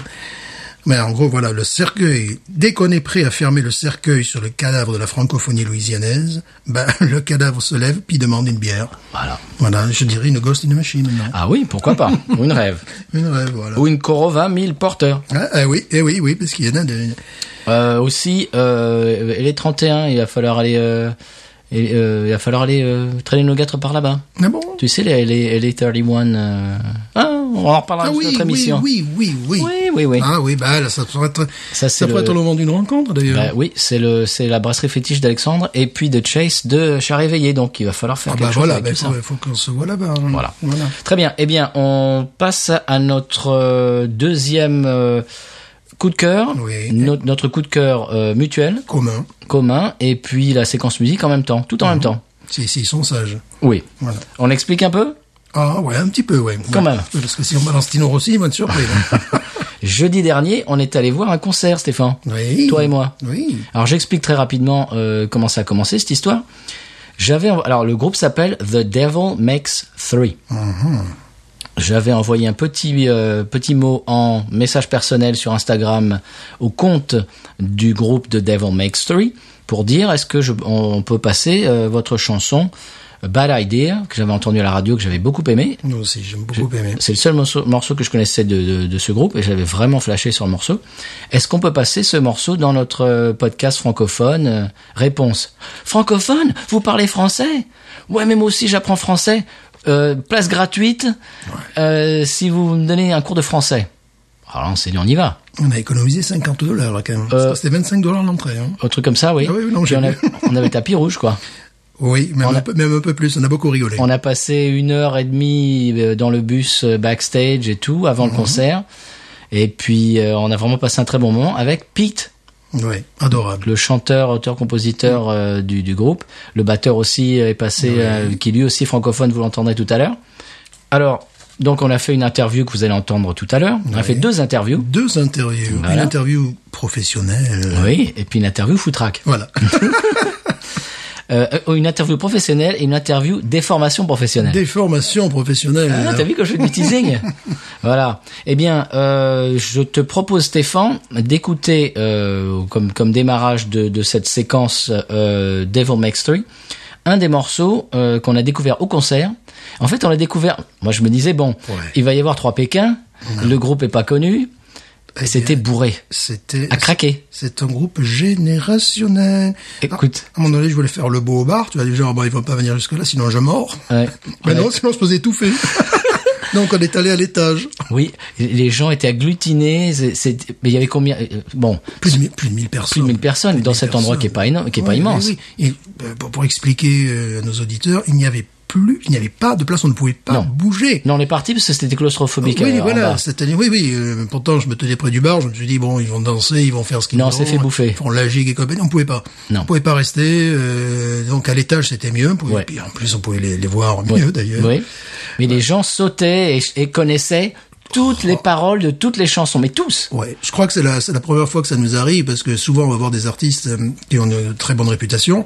Mais en gros, voilà, le cercueil. Dès qu'on est prêt à fermer le cercueil sur le cadavre de la francophonie louisianaise, ben, le cadavre se lève puis demande une bière.
Voilà.
Voilà, je dirais une ghost in the machine. maintenant.
Ah oui, pourquoi pas Ou une rêve.
Une rêve, voilà.
Ou une Corova 1000 porteurs.
Ah, ah oui, eh oui, oui, parce qu'il y en a de...
Euh, aussi, euh, les 31, il va falloir aller, euh, et, euh, il va falloir aller euh, traîner nos gâtres par là-bas.
Ah bon
Tu sais, les, les, les 31... Euh... Ah, on en reparlera
Ah
dans
oui,
notre
oui,
émission.
oui, oui, oui.
Oui, oui, oui.
Ah oui, bah là, ça pourrait être,
Ça,
ça,
c'est
pourrait
le-
être hein. le moment d'une rencontre d'ailleurs.
Bah oui, c'est le c'est la brasserie fétiche d'Alexandre et puis de Chase de Chat Réveillé, donc il va falloir faire
ah
quelque
bah
chose
voilà,
avec
bah,
tout ça.
faut, faut qu'on se voit là-bas. hein.
Voilà. Très bien. Eh bien, on passe à notre euh, deuxième euh, coup de cœur,
Oui.
No- notre coup de cœur euh, mutuel,
Commun,
commun, et puis la séquence musique en même temps, tout en
Mhm.
même temps.
si, si, ils sont sages.
Oui.
Voilà.
On explique un peu
Ah ouais, un petit peu, ouais.
Quand
Ouais.
même.
Parce que si on balance Tino Rossi, il va être surpris. hein.
Jeudi dernier, on est allé voir un concert, Stéphane.
oui.
Toi et moi.
Oui.
Alors j'explique très rapidement euh, comment ça a commencé cette histoire. J'avais env- alors le groupe s'appelle The Devil Makes Three. J'avais envoyé un petit euh, petit mot en message personnel sur Instagram au compte du groupe The Devil Makes Three pour dire est-ce que je, on, on peut passer euh, votre chanson Bad Idea que j'avais entendu à la radio que j'avais beaucoup aimé
Nous aussi, j'aime beaucoup aimer.
c'est le seul morceau, morceau que je connaissais de, de- de ce groupe et j'avais vraiment flashé sur le morceau. Est-ce qu'on peut passer ce morceau dans notre euh, podcast francophone Euh, Réponse. Francophone Vous parlez français Ouais, mais moi aussi j'apprends français. Euh, place gratuite euh, si vous me donnez un cours de français. Alors on s'est dit on y va.
On a économisé 50 dollars là quand même.
Euh,
Ça, C'était 25 dollars l'entrée. Hein.
Un truc comme ça, oui.
Ah oui, oui, non,
Puis
j'ai
on, a-
vu.
on avait tapis rouge, quoi.
Oui, même,
On a-
un peu, même un peu plus, on a beaucoup rigolé.
On a passé une heure et demie euh, dans le bus euh,
Mhm.
backstage et tout avant le concert. Et puis euh, on a vraiment passé un très bon moment avec Pete.
Oui, adorable.
le chanteur, auteur, compositeur euh, du, du groupe. Le batteur aussi est passé, euh, qui lui aussi est francophone, vous l'entendrez tout à l'heure. Alors, donc on a fait une interview que vous allez entendre tout à l'heure. On a fait deux interviews.
Deux interviews. Une
Voilà.
interview professionnelle.
Oui, et puis une interview foutraque.
Voilà.
Euh, euh, une interview professionnelle et une interview déformation professionnelle.
Des formations professionnelles.
Ah, t'as vu que je fais du teasing Voilà. Eh bien, euh, je te propose, Stéphane, d'écouter euh, comme, comme démarrage de, de cette séquence euh, Devil Makes Three, un des morceaux euh, qu'on a découvert au concert. En fait, on l'a découvert. Moi, je me disais bon,
Ouais.
il va y avoir trois Pékins. Le groupe est pas connu.
Eh
Et c'était
bien,
bourré,
C'était.
à craquer.
C'est un groupe générationnel. Ah,
Écoute.
À un moment donné, je voulais faire le beau au bar. Tu vas dire, genre, bah, ils vont pas venir jusque-là, sinon je mords.
Ouais.
Mais
Ouais.
Ah. Bah non, sinon on se faisait étouffer. Donc on est allé à l'étage.
Oui, les gens étaient agglutinés. c'est- c'est- Mais il y avait combien euh, Bon,
Plus de, mi- plus de 1000 personnes.
plus de 1000 personnes dans cet endroit qui est pas énorme, qui est pas
Ouais,
immense.
oui, oui. Et, euh, pour, pour expliquer euh, à nos auditeurs, il n'y avait plus, il n'y avait pas de place, on ne pouvait pas
Non.
bouger.
Non, on est parti parce que c'était claustrophobique.
Oui,
euh, en bas.
voilà, c'est-à-dire, oui, oui, euh, pourtant, je me tenais près du bar, je me suis dit, bon, ils vont danser, ils vont faire ce qu'ils
Non,
vont.
on s'est fait bouffer.
Ils font la gigue et compagnie, on pouvait pas.
Non.
On pouvait pas rester, euh, donc à l'étage, c'était mieux, on pouvait-
Ouais.
puis en plus, on pouvait les, les voir mieux,
Oui.
d'ailleurs.
Oui. Mais les gens sautaient et, et connaissaient toutes les
Oh.
paroles de toutes les chansons, mais tous.
Ouais, je crois que c'est la, c'est la première fois que ça nous arrive parce que souvent on va voir des artistes euh, qui ont une très bonne réputation,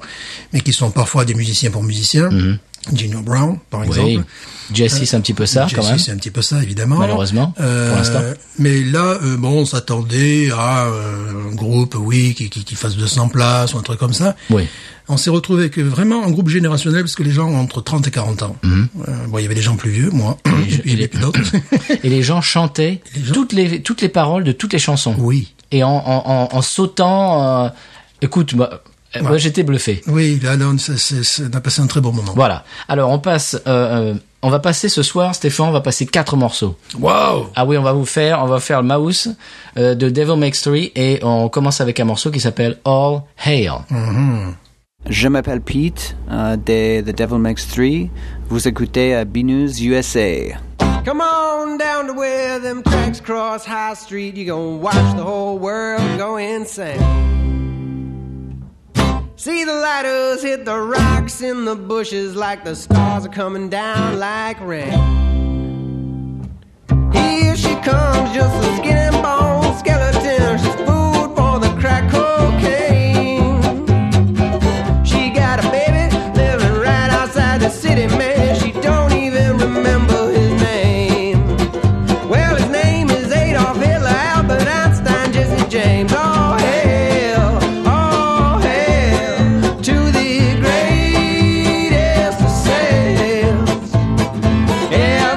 mais qui sont parfois des musiciens pour musiciens. Gino Brown, par
Mhm. Oui.
exemple.
Jesse, c'est un petit peu ça,
Jesse,
quand même.
c'est un petit peu ça, évidemment. Euh,
Malheureusement, pour l'instant.
Mais là, euh, bon, on s'attendait à euh, un groupe, oui, qui, qui, qui fasse 200 places ou un truc comme ça.
Oui.
On s'est retrouvé avec euh, vraiment un groupe générationnel parce que les gens ont entre 30 et 40 ans.
Mhm.
Euh, bon, il y avait des gens plus vieux, moi, et, puis- et
les-
puis d'autres.
Et les gens chantaient
Les gens-
toutes les toutes les paroles de toutes les chansons.
oui.
Et en, en, en, en sautant, euh, écoute, bah, euh, moi j'étais bluffé.
Oui, là, là, on, c'est- c'est- c'est- on a passé un très bon moment.
Voilà. Alors on passe, euh, euh, on va passer ce soir, Stéphane, on va passer quatre morceaux.
Waouh
Ah oui, on va vous faire, on va faire le mouse euh, de Devil Makes Three et on commence avec un morceau qui s'appelle All Hail.
Mm.
Je m'appelle Pete euh, de The Devil Makes Three. Vous écoutez euh, à Binus USA.
Come on down to where them tracks cross High Street. You gonna watch the whole world go insane. See the lighters hit the rocks in the bushes like the stars are coming down like rain. Here she comes, just a skin and bone skeleton. She's food for the crack cocaine. She got a baby living right outside the city, man. She don't even remember his name. Well, his name is Adolf Hitler, Albert Einstein, Jesse James. All hail, all hail to the greatest of sails. Yeah,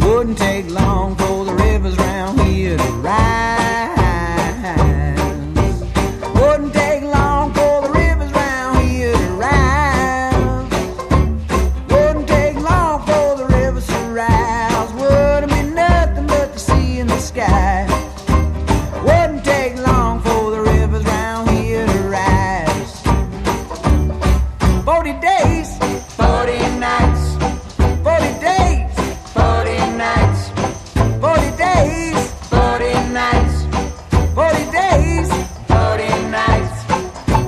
Wouldn't take long for the rivers round here to rise. Wouldn't take long for the rivers round here to rise. Wouldn't take long for the rivers to rise. Wouldn't be nothing but the sea and the sky. Wouldn't take long for the rivers round here to rise. Forty days, forty nights, forty days, forty nights, forty days, forty nights, forty days, forty nights,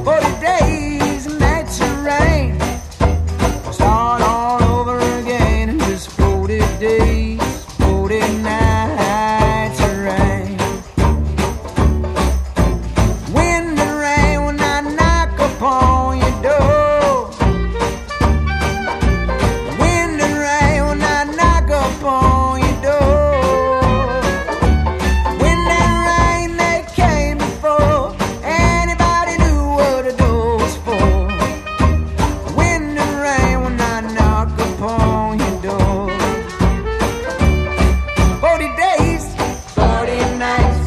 forty days, and nights of rain. Start all over again in just forty days, forty nights of rain. Wind and rain when I knock upon your door. Wind and rain when I knock upon your door. Wind and rain they came before anybody knew what a door was for. Wind and rain when I knock upon your door. Forty days, forty nights,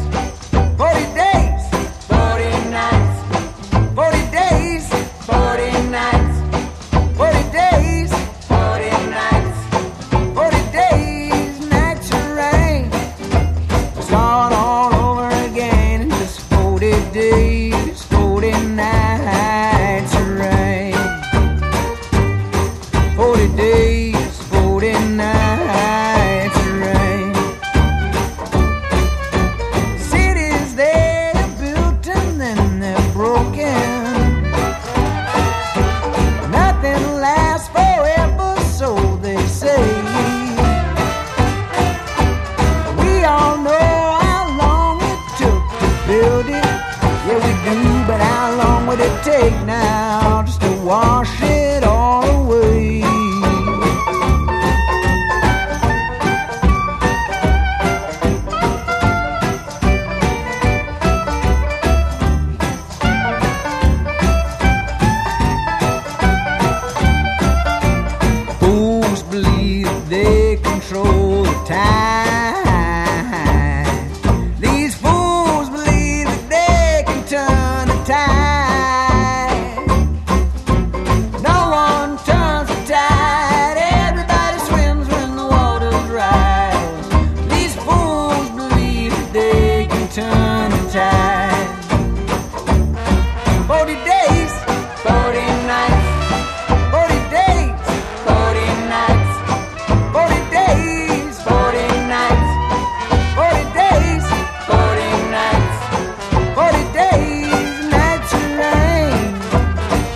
forty days, forty nights, forty days, forty nights, forty days, forty nights, forty days, nights of rain. Start all over again in just forty days, forty nights of rain. 40 days, 40 nights of rain. Cities, they're built and then they're broken. Nothing lasts forever, so they say. We all know how long it took to build it. Yeah, we do, but how long would it take now just to wash it all away? Fools believe they control the tide. These fools believe that they can turn the tide. No one turns the tide. Everybody swims when the waters rise. These fools believe that they can turn the tide. Forty days, forty nights. 40 days, 40 nights, 40 days, 40 nights, 40 days, 40 nights, 40 days, nights of rain.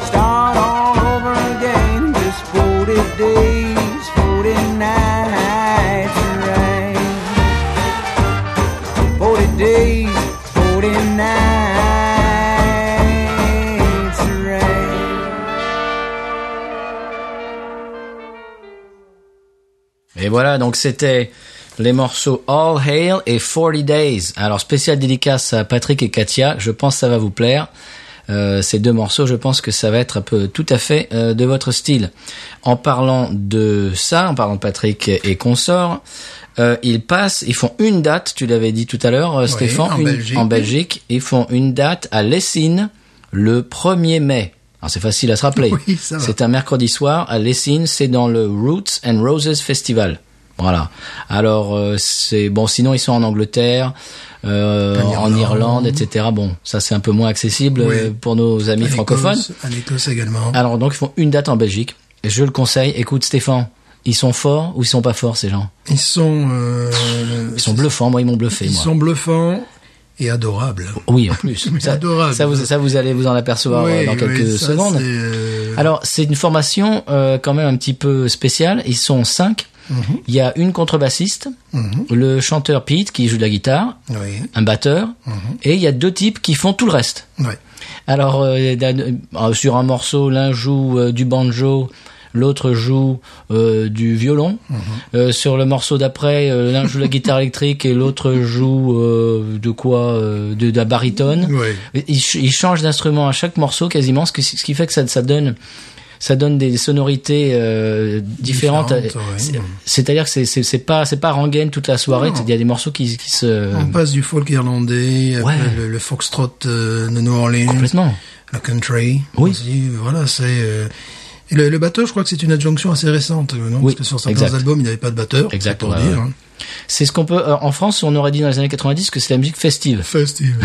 Start all over again, just 40 days, 40 nights of rain. 40 days, 40 nights of rain.
Et voilà, donc c'était les morceaux All Hail et 40 Days. Alors spécial dédicace à Patrick et Katia, je pense que ça va vous plaire. Euh, ces deux morceaux, je pense que ça va être un peu tout à fait euh, de votre style. En parlant de ça, en parlant de Patrick et, et consorts, euh, ils passent, ils font une date, tu l'avais dit tout à l'heure, euh, Stéphane,
en
une-
Belgique.
en Belgique, ils font une date à Lessine le 1er mai. Alors c'est facile à se rappeler.
Oui, ça va.
C'est un mercredi soir à Lessine, c'est dans le Roots and Roses Festival. Voilà. Alors euh, c'est bon. Sinon ils sont en Angleterre, euh,
En
en Irlande,
Irlande.
etc. Bon, ça c'est un peu moins accessible
Oui.
euh, pour nos amis
En
francophones. Ah.
Écosse- En Écosse également.
Alors donc ils font une date en Belgique. Et Je le conseille. Écoute Stéphane, ils sont forts ou ils sont pas forts ces gens
Ils sont, euh,
Ils sont bluffants. Moi ils m'ont bluffé.
Ils
moi.
sont bluffants et adorables.
Oui, en plus.
Mais
ça,
adorable.
ça, vous, ça, vous allez vous en apercevoir
Oui,
euh, dans
oui,
quelques
ça,
secondes. Ah.
c'est, euh,
Alors, c'est une formation euh, quand même un petit peu spéciale. Ils sont cinq.
Mhm.
Il y a une contrebassiste, le chanteur Pete qui joue de la guitare,
oui,
un batteur,
Mhm.
et il y a deux types qui font tout le reste.
ouais.
Alors, euh, d'un- euh, sur un morceau, l'un joue euh, du banjo, l'autre joue euh, du violon.
Mhm.
Euh, sur le morceau d'après, euh, l'un joue la guitare électrique et l'autre joue euh, de quoi euh, de, de la baritone.
Ouais.
Il, ch- il change d'instrument à chaque morceau quasiment, ce, que- ce qui fait que ça, ça donne ça donne des sonorités euh, différentes.
Différentes, ouais.
C'est- C'est-à-dire que c'est- c'est c'est pas c'est pas rengaine toute la soirée.
Non. Ah, bah,
Il y a des morceaux qui, qui se
On passe du folk irlandais,
Euh, Ouais.
après le, le foxtrot euh, de New Orleans,
complètement.
la country.
Oui.
aussi, voilà, c'est. euh, et le, le batteur, je crois que c'est une adjonction assez récente, euh, non
Oui,
Parce que sur certains
exact.
albums, il n'y avait pas de batteur. c'est
Exact,
Pour
ouais,
dire.
ouais.
hein.
C'est ce qu'on peut euh, en France on aurait dit dans les années 90 que c'est la musique festive.
Festive.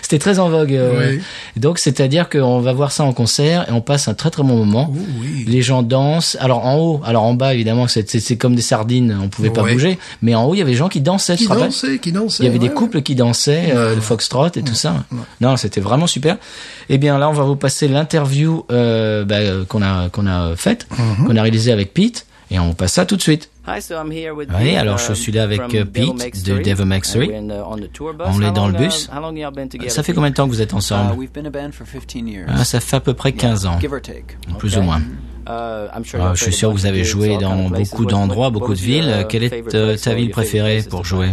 C'était très en vogue. euh,
Oui.
Donc c'est-à-dire qu'on va voir ça en concert et on passe un très très bon moment.
Oh, oui.
Les gens dansent. Alors en haut, alors en bas évidemment c'est c'est- c'est comme des sardines, on pouvait pas
Ouais.
bouger. Mais en haut il y avait des gens qui dansaient. tu
Qui
te rappelles
dansait, qui dansait.
Il y avait des
ouais.
couples qui dansaient, euh, le foxtrot et tout ça. Non, c'était vraiment super. Eh bien là, on va vous passer l'interview euh, bah, euh, qu'on a qu'on a faite,
Mhm.
qu'on a réalisée avec Pete, et on passe ça tout de suite.
Oui, alors
um,
je suis là avec euh, Pete de Devil May Cry.
uh,
On est dans le bus.
Ça fait combien de temps que vous êtes
Uh,
ensemble
we've been a band for 15 years.
Ah, Ça fait à peu près 15 ans,
Give or take.
plus ou moins.
Uh,
Euh,
Euh, je suis sûr que vous avez joué dans beaucoup d'endroits, beaucoup de villes. Euh, Quelle est euh, ta ville préférée pour jouer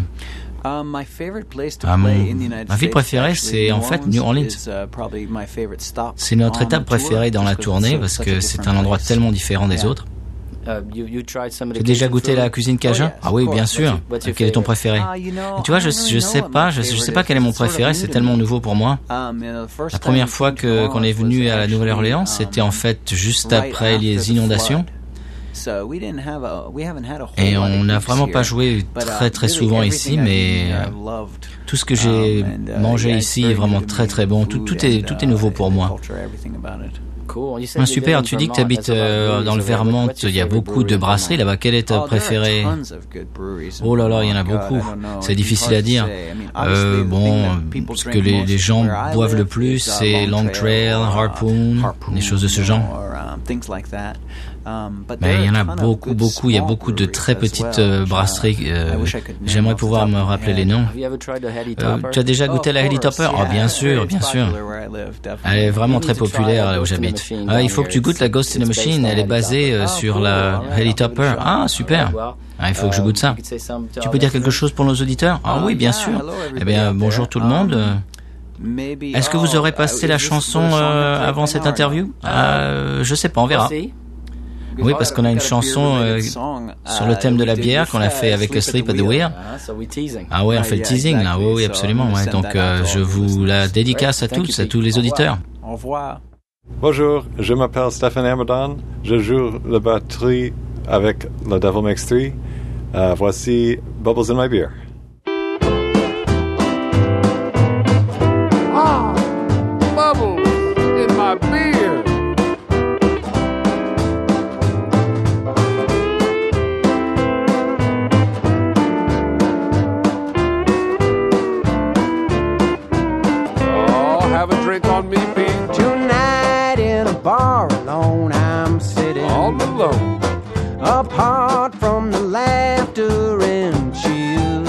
Uh, my favorite place to
Ah, mon-
play in the United
ma ville
States,
préférée,
actually,
c'est en fait New Orleans.
is, uh, probably my favorite stop
C'est notre
on the
étape
tour,
préférée dans la
because it's
tournée
so-
parce
such a
que
different
c'est un endroit
place.
tellement différent des
Yeah.
autres. Uh,
J'ai
T'as déjà goûté la cuisine cajun Ah oui, bien sûr. Quel est ton préféré
Ah, you know,
Et Tu vois,
I
je,
don't really
je
know
sais
what my
pas, je, je sais
favorite
pas
is.
quel est mon
It's sort of
préféré,
new
c'est
to
tellement
me.
nouveau pour moi.
Um, you know, the first
La
time
première
we
fois
came to
que-
New
qu'on est
Orleans
venu
was
à la Nouvelle-Orléans,
actually, um,
c'était en fait juste
right
après
after
les
the
inondations.
flood. So we didn't have a- we haven't had a whole
Et
lot of
on n'a
gigs
vraiment
here.
pas joué
But, uh,
très très
really
souvent
everything uh,
ici,
I've
mais
eaten,
euh,
I've loved.
tout ce que j'ai
Um, and, uh,
mangé
yeah, it's
ici
very
est vraiment
good
très
to
très
me,
bon.
the
Tout,
food
tout est
and,
tout est
uh,
nouveau pour
the
moi.
culture, everything about it.
Ah, super, tu dis que tu habites dans le Vermont, il y a beaucoup de brasseries là-bas. Quelle est ta
Oh, there are
préférée
tons of good breweries in
Oh là là, il y en a
Vermont. God,
beaucoup.
I don't know.
C'est
It's
difficile
hard
à
to
dire.
say. I mean,
Euh,
obviously, the thing that
bon,
people
ce
drink
que les,
most
les gens
where I
boivent le
live
plus,
is, uh,
c'est Long Trail,
or, uh,
Harpoon,
Harpoon,
des choses de ce genre.
or, um, things like that. Um, but
Mais
there
il y
are
en a
ton of
beaucoup,
good
beaucoup. Il y a
small
beaucoup de
breweries
très
as
petites
well,
euh,
which, uh,
brasseries. euh,
I wish I could name
J'aimerais
off the
pouvoir
top
me
of my
rappeler
head.
les noms. Euh,
Euh,
tu as déjà
Oh,
goûté
of
la Heady
course,
Topper Oh,
yeah,
bien
it's
sûr,
very
bien sûr. Euh,
popular where I live,
Elle
definitely.
est vraiment très populaire là où j'habite. Ah, il faut que tu goûtes la Ghost in the Machine. Elle est basée euh, sur la Helly Topper. Ah, super. Ah, il faut que je goûte ça. Tu peux dire quelque chose pour nos auditeurs Ah oui, bien sûr. Eh bien, bonjour tout le monde.
Maybe-
Est-ce que vous
oh,
aurez
uh,
passé
is
la
this the
chanson euh,
song that's played
avant
right
cette
now or not?
interview euh, Je sais pas, on verra. Oui, parce qu'on a une chanson euh, sur
uh,
le thème de la bière qu'on a fait avec Sleep at the Wheel. Ah ouais, on fait le teasing là. Oui, oui, absolument. ouais. Donc, euh, je vous la dédicace à tous, à tous les auditeurs.
Au revoir.
Bonjour, je m'appelle Stéphane Amadon. Je joue la batterie avec la Devil Makes Three. Euh, voici Bubbles in My Beer.
Ah, bubbles in my beer. Oh, have a drink on me, Pete.
Tonight in a bar alone, I'm sitting
All alone.
apart from the laughter and cheer.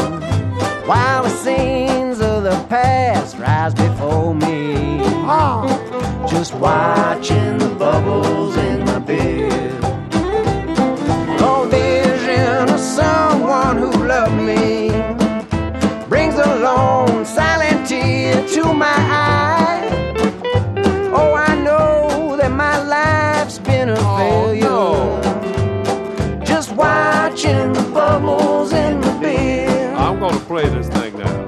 While the scenes of the past rise before me, just watching the bubbles in the beer. The vision of someone who loved me brings a lone silent tear to my eye. Oh, I know that my life's been a
Oh,
failure. Just watching the bubbles in the beer.
I'm gonna play this thing now.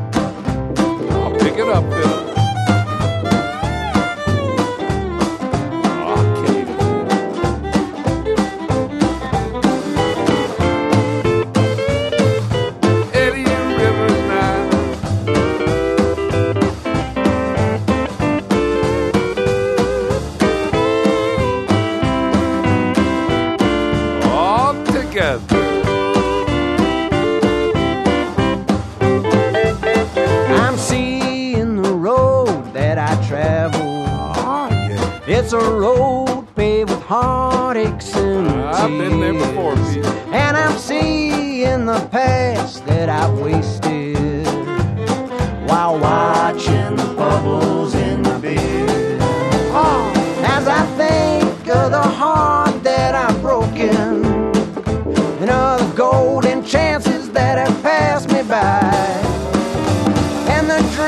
I'll pick it up, Phil. Oh, I can't even- Eddie Rivers now. all together.
I'm seeing the road that I travel.
Ah,
It's a road paved with heartaches and
I've been there
tears.
before, Pete.
And I'm seeing the past that I wasted while watching the bubbles in the beer.
Ah.
As I think of the heart that I've broken and of the golden chance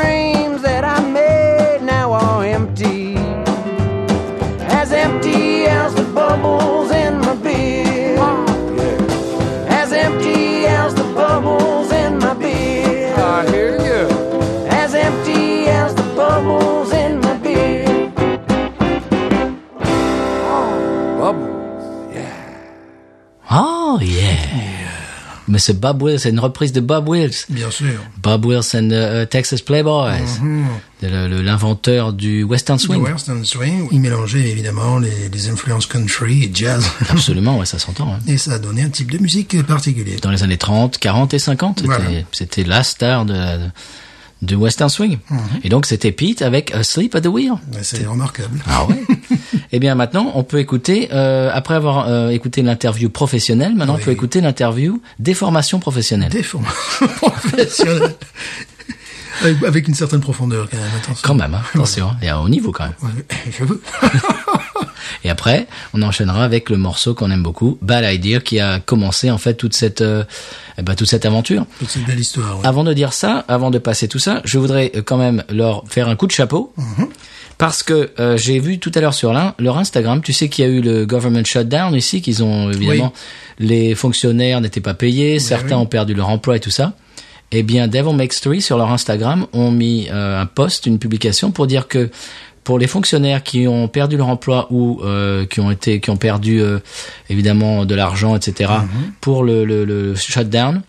dreams that I made now are empty. As empty as the bubbles in my beer. As empty as the bubbles in my beer.
I hear you.
As empty as the bubbles in my beer.
Bubbles. Yeah.
Oh, yeah. Mais c'est Bob Wills, c'est une reprise de Bob Wills.
Bien sûr.
Bob Wills and the uh, Texas Playboys. De le- le- L'inventeur du Western Swing.
West and Swing, il mélangeait évidemment les, les influences country et jazz.
Absolument, ouais, ça s'entend. hein.
Et ça a donné un type de musique particulier.
Dans les années 30, 40 et 50, c'était-
Voilà.
c'était la star de, la- de Western Swing. Et donc c'était Pete avec A Sleep at the Wheel.
Mais C'est remarquable.
Ah ouais. Eh bien maintenant, on peut écouter, euh, après avoir euh, écouté l'interview professionnelle, maintenant on peut écouter l'interview des formations professionnelles.
Des formes professionnelles. Avec, avec une certaine profondeur quand même, attention.
Quand même, hein, attention, hein, et à haut niveau quand même.
Ouais, Je veux.
Et après, on enchaînera avec le morceau qu'on aime beaucoup, Bad Idea, qui a commencé en fait toute cette, euh, eh ben, toute cette aventure.
Toute cette belle histoire. ouais.
Avant de dire ça, avant de passer tout ça, je voudrais euh, quand même leur faire un coup de chapeau. Parce que euh, j'ai vu tout à l'heure sur l'un, leur Instagram, tu sais qu'il y a eu le government shutdown ici, qu'ils ont évidemment, les fonctionnaires n'étaient pas payés, certains ont perdu leur emploi et tout ça. Eh bien, Devil Makes Three sur leur Instagram ont mis euh, un post, une publication pour dire que pour les fonctionnaires qui ont perdu leur emploi ou euh, qui ont été, qui ont perdu euh, évidemment de l'argent, etc.
Mhm.
pour le, le, le shutdown,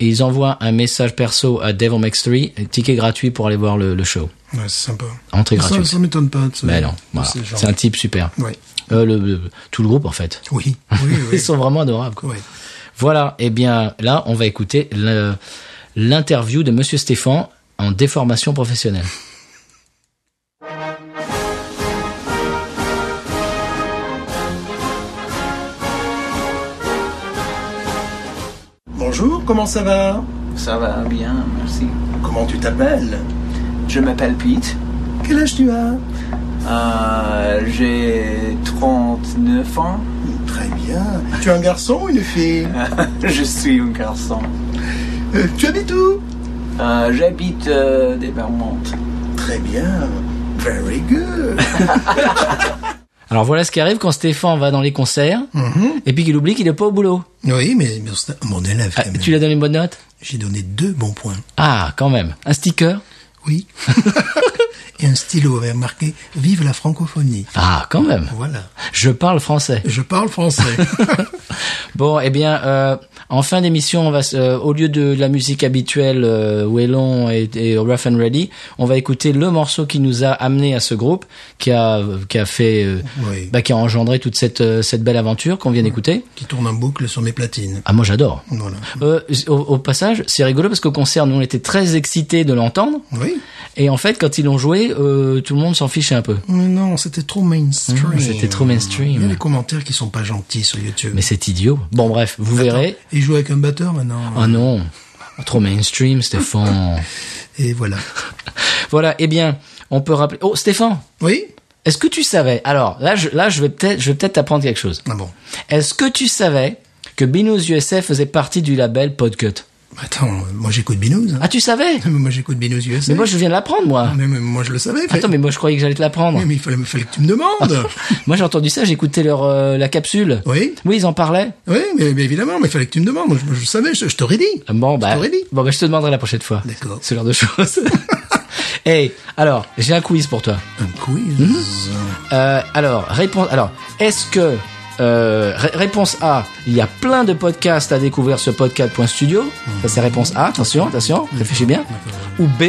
ils envoient un message perso à Devil Makes Three, ticket gratuit pour aller voir le, le show,
Ouais, c'est sympa.
entrée
Ça,
gratuite.
ça m'étonne pas. ça.
Mais Ben non, voilà.
C'est genre-
c'est un type super.
Ouais.
Euh, le, le- tout le groupe en fait.
Oui, oui,
Ils
oui.
sont vraiment adorables. Quoi.
Ouais.
Voilà, et bien là, on va écouter le- l'interview de Monsieur Stéphane en déformation professionnelle.
Bonjour, comment ça va
Ça va bien, merci.
Comment tu t'appelles
Je m'appelle Pete.
Quel âge tu as
Euh, J'ai 39 ans.
Très bien. Tu es un garçon ou une fille
Je suis un garçon.
Euh, Tu habites où
Euh, J'habite euh, des Vermontes.
Très bien. Very good.
Alors voilà ce qui arrive quand Stéphane va dans les concerts et puis qu'il oublie qu'il n'est pas au boulot.
Oui, mais, mais c'est un- mon élève.
Ah,
quand même.
tu lui as donné une bonne note
J'ai donné deux bons points.
Ah, quand même. Un sticker
Oui. Et un stylo avait marqué Vive la francophonie.
Ah, quand même.
Voilà.
Je parle français.
Je parle français.
Bon, eh bien, euh, en fin d'émission, on va se- euh, au lieu de la musique habituelle euh, Wellon et, et Rough and Ready, on va écouter le morceau qui nous a amené à ce groupe, qui a qui a fait, euh,
Oui.
bah, qui a engendré toute cette euh, cette belle aventure qu'on vient d'écouter.
Qui tourne en boucle sur mes platines.
Ah, moi j'adore.
Voilà.
Euh, au, au passage, c'est rigolo parce qu'au concert, nous on était très excités de l'entendre,
Oui.
et en fait, quand ils l'ont joué, euh, tout le monde s'en fiche un peu.
Mais non, c'était trop mainstream.
Mmh, c'était trop mainstream.
Il y a des commentaires qui sont pas gentils sur YouTube.
Mais c'est idiot. Bon, bref, vous verrez.
Il joue avec un batteur maintenant.
Ah non, trop mainstream, Stéphane.
Et voilà.
Voilà, eh bien, on peut rappeler. Oh, Stéphane,
Oui
est-ce que tu savais Alors là, je, là, je vais peut-être, je vais peut-être t'apprendre quelque chose.
Ah bon.
Est-ce que tu savais que Binous USA faisait partie du label Podcut
Attends, euh, moi j'écoute Binous. hein.
Ah, tu savais
Mais moi j'écoute Binous USA.
Mais moi, je viens de l'apprendre, moi.
Mais- mais moi je le savais. fait-
Attends, Ah, mais moi, je croyais que j'allais te l'apprendre.
Oui, mais il fallait, il fallait que tu me demandes.
Moi, j'ai entendu ça. J'ai écouté leur euh, la capsule.
oui
Oui, ils en parlaient.
Oui, mais, mais évidemment, mais il fallait que tu me demandes. Moi, je, je savais, je, je t'aurais dit.
Ah, Bon, bah,
t'aurais dit.
bon, bah, je te demanderai la prochaine fois.
D'accord.
C'est l'heure de choses. hey, alors, j'ai un quiz pour toi.
Un quiz. Mhm.
Euh, alors, réponse. Alors, est-ce que euh, ré- réponse A, il y a plein de podcasts à découvrir sur podcast.studio. Ça c'est réponse A. Attention, attention, réfléchis bien. Ou B,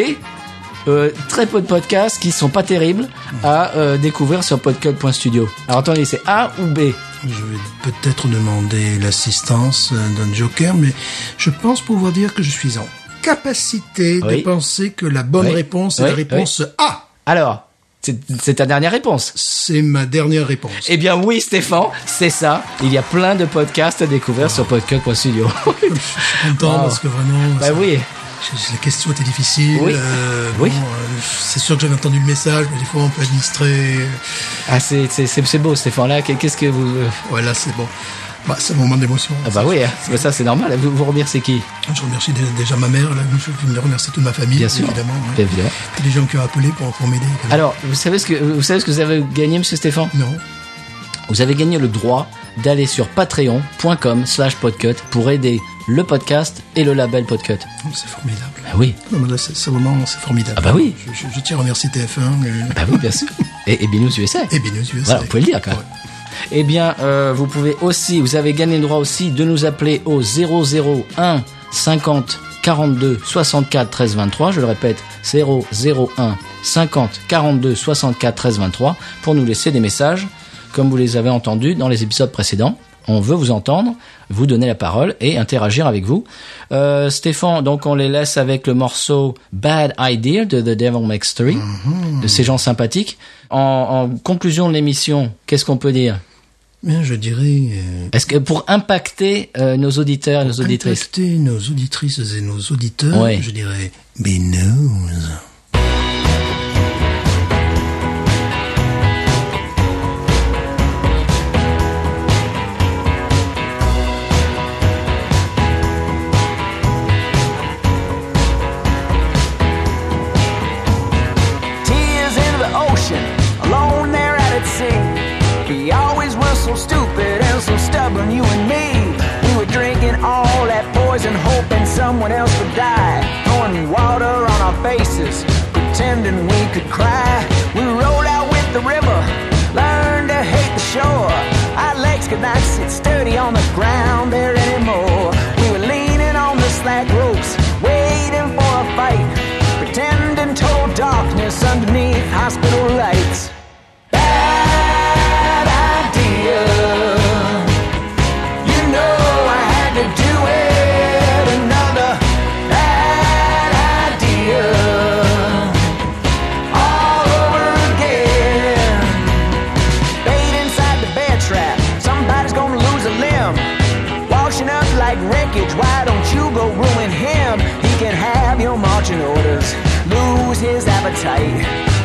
euh, très peu de podcasts qui sont pas terribles à euh, découvrir sur podcast.studio. Alors attendez, c'est A ou B
Je vais peut-être demander l'assistance euh, d'un joker, mais je pense pouvoir dire que je suis en capacité
Oui.
de penser que la bonne
Oui.
réponse est
Oui,
la réponse A.
Alors, c'est c'est ta dernière réponse.
C'est ma dernière réponse.
Eh bien oui, Stéphane, c'est ça. Il y a plein de podcasts à découvrir sur podcast.studio.
je suis content
Wow.
parce que vraiment,
bah
ça-
oui.
je- la question était difficile.
Oui.
euh,
Oui.
bon, euh, c'est sûr que j'avais entendu le message, mais des fois on peut administrer.
Ah, c'est- c'est c'est- c'est beau, Stéphane. Là, qu'est-ce que vous...
Ouais, là c'est bon. Bah, c'est un moment d'émotion.
Ah bah oui, hein. Bah, ça c'est normal. Vous, vous remerciez qui
Je remercie dé- déjà ma mère, là. je remercie toute ma famille,
Bien sûr.
évidemment. ouais.
Évidemment.
Et les gens qui ont appelé pour, pour m'aider. évidemment.
Alors, vous savez ce que vous savez ce que vous avez gagné, Monsieur Stéphane
Non.
Vous avez gagné le droit d'aller sur patreon.com/slash podcut pour aider le podcast et le label Podcut.
Oh, C'est formidable.
Bah oui.
Non, mais là, c'est c'est vraiment c'est formidable.
Ah bah oui.
Je, je- je tiens à remercier TF1 euh,
Bah oui, bien sûr. Et, et Binous USA.
et Binous USA.
Voilà, vous pouvez le dire quand même. Eh bien, euh, vous pouvez aussi, vous avez gagné le droit aussi de nous appeler au 001 50 42 64 13 23. Je le répète, 001 50 42 64 13 23 pour nous laisser des messages, comme vous les avez entendus dans les épisodes précédents. On veut vous entendre, vous donner la parole et interagir avec vous. Euh, Stéphane, donc on les laisse avec le morceau Bad Idea de The Devil Makes Three, de ces gens sympathiques. En, en conclusion de l'émission, qu'est-ce qu'on peut dire
Bien, je dirais. euh,
Est-ce que pour impacter euh, nos auditeurs et nos auditrices
impacter nos auditrices et nos auditeurs,
Ouais.
je dirais Binous.
tears in the ocean, alone there out at sea. He always was so stupid and so stubborn, you and me. We were drinking all that poison, hoping someone else would die. Throwing water on our faces, pretending we could cry. We rolled out with the river, learned to hate the shore. Our legs could not sit sturdy on the ground there anymore. We were leaning on the slack ropes, waiting for a fight, pretending total darkness underneath hospital lights. Bad idea. You know I had to do it. Another bad idea. All over again bait inside the bear trap. Somebody's gonna lose a limb. Washing up like wreckage, why don't you go ruin him? He can have your marching orders, lose his appetite.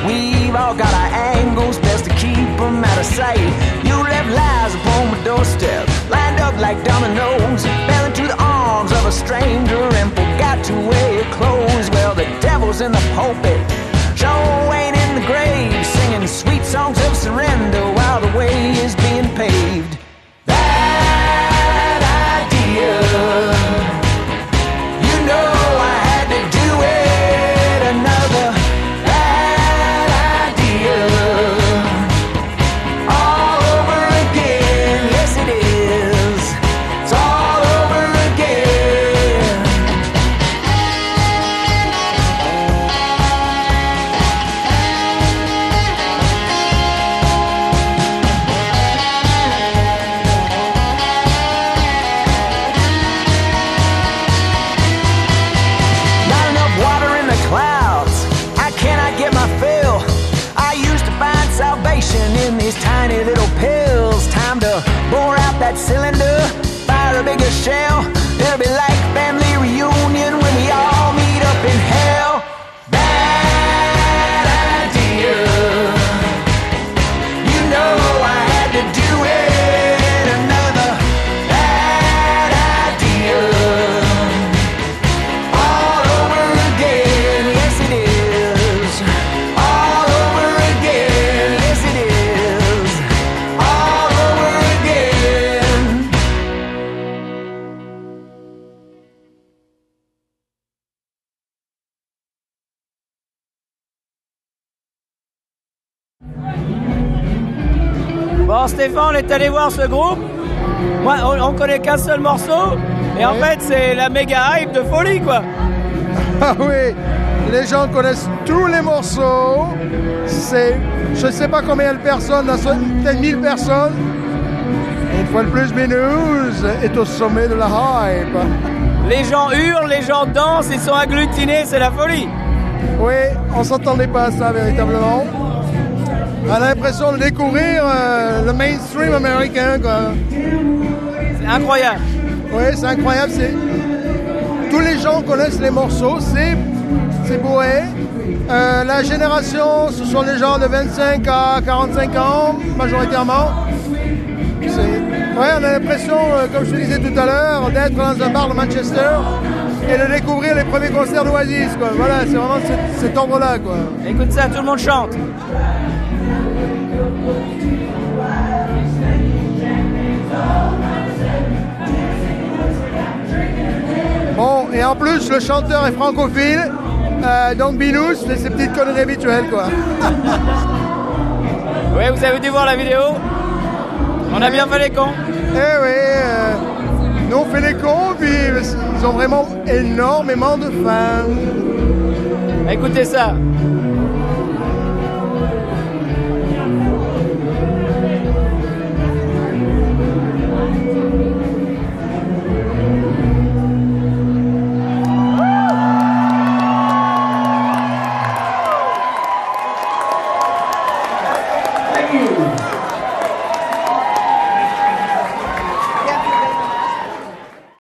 We've all got our angles, best to keep them out of sight. You left lies upon my doorstep, lined up like dominoes. Fell into the arms of a stranger and forgot to wear your clothes. Well, the devil's in the pulpit, Joe ain't in the grave, singing sweet songs of surrender while the way is being paved. Bad idea. You know I had to do it. Another bad idea. All over again. Yes, it is. It's all over again. Not enough water in the clouds. I cannot get my fill. I used to find salvation in these tiny little pills. Time to bore out that cylinder, fire a bigger shell. It'll be like family reunion when we all meet up in hell. Bad idea. You know I had to do it. Another bad idea all over again. Yes, it is. All over again. Yes, it is. All over again.
Bon, Stéphane, on est allé voir ce groupe. Moi, on, on connaît qu'un seul morceau. Et en fait, c'est la méga hype de folie, quoi.
Ah oui, les gens connaissent tous les morceaux. C'est, je ne sais pas combien de personnes, la so- peut-être 1000 personnes. Et une fois de plus, Binous est au sommet de la hype.
Les gens hurlent, les gens dansent, ils sont agglutinés, c'est la folie.
Oui, on s'attendait pas à ça véritablement. On a l'impression de découvrir euh, le mainstream américain. Quoi.
C'est incroyable.
Oui, c'est incroyable. C'est... Tous les gens connaissent les morceaux, c'est, c'est bourré. Euh, la génération, ce sont les gens de 25 à 45 ans, majoritairement. C'est- Ouais, on a l'impression, euh, comme je te disais tout à l'heure, d'être dans un bar de Manchester et de découvrir les premiers concerts d'Oasis, quoi. Voilà, c'est vraiment cette, cette ombre-là, quoi.
Écoute ça, tout le monde chante.
Bon, et en plus, le chanteur est francophile, euh, donc Binous, c'est ses petites conneries habituelles, quoi.
Ouais, vous avez dû voir la vidéo. On a bien fait les cons.
Eh oui, euh, nous on fait les cons, puis ils ont vraiment énormément de fans.
Écoutez ça.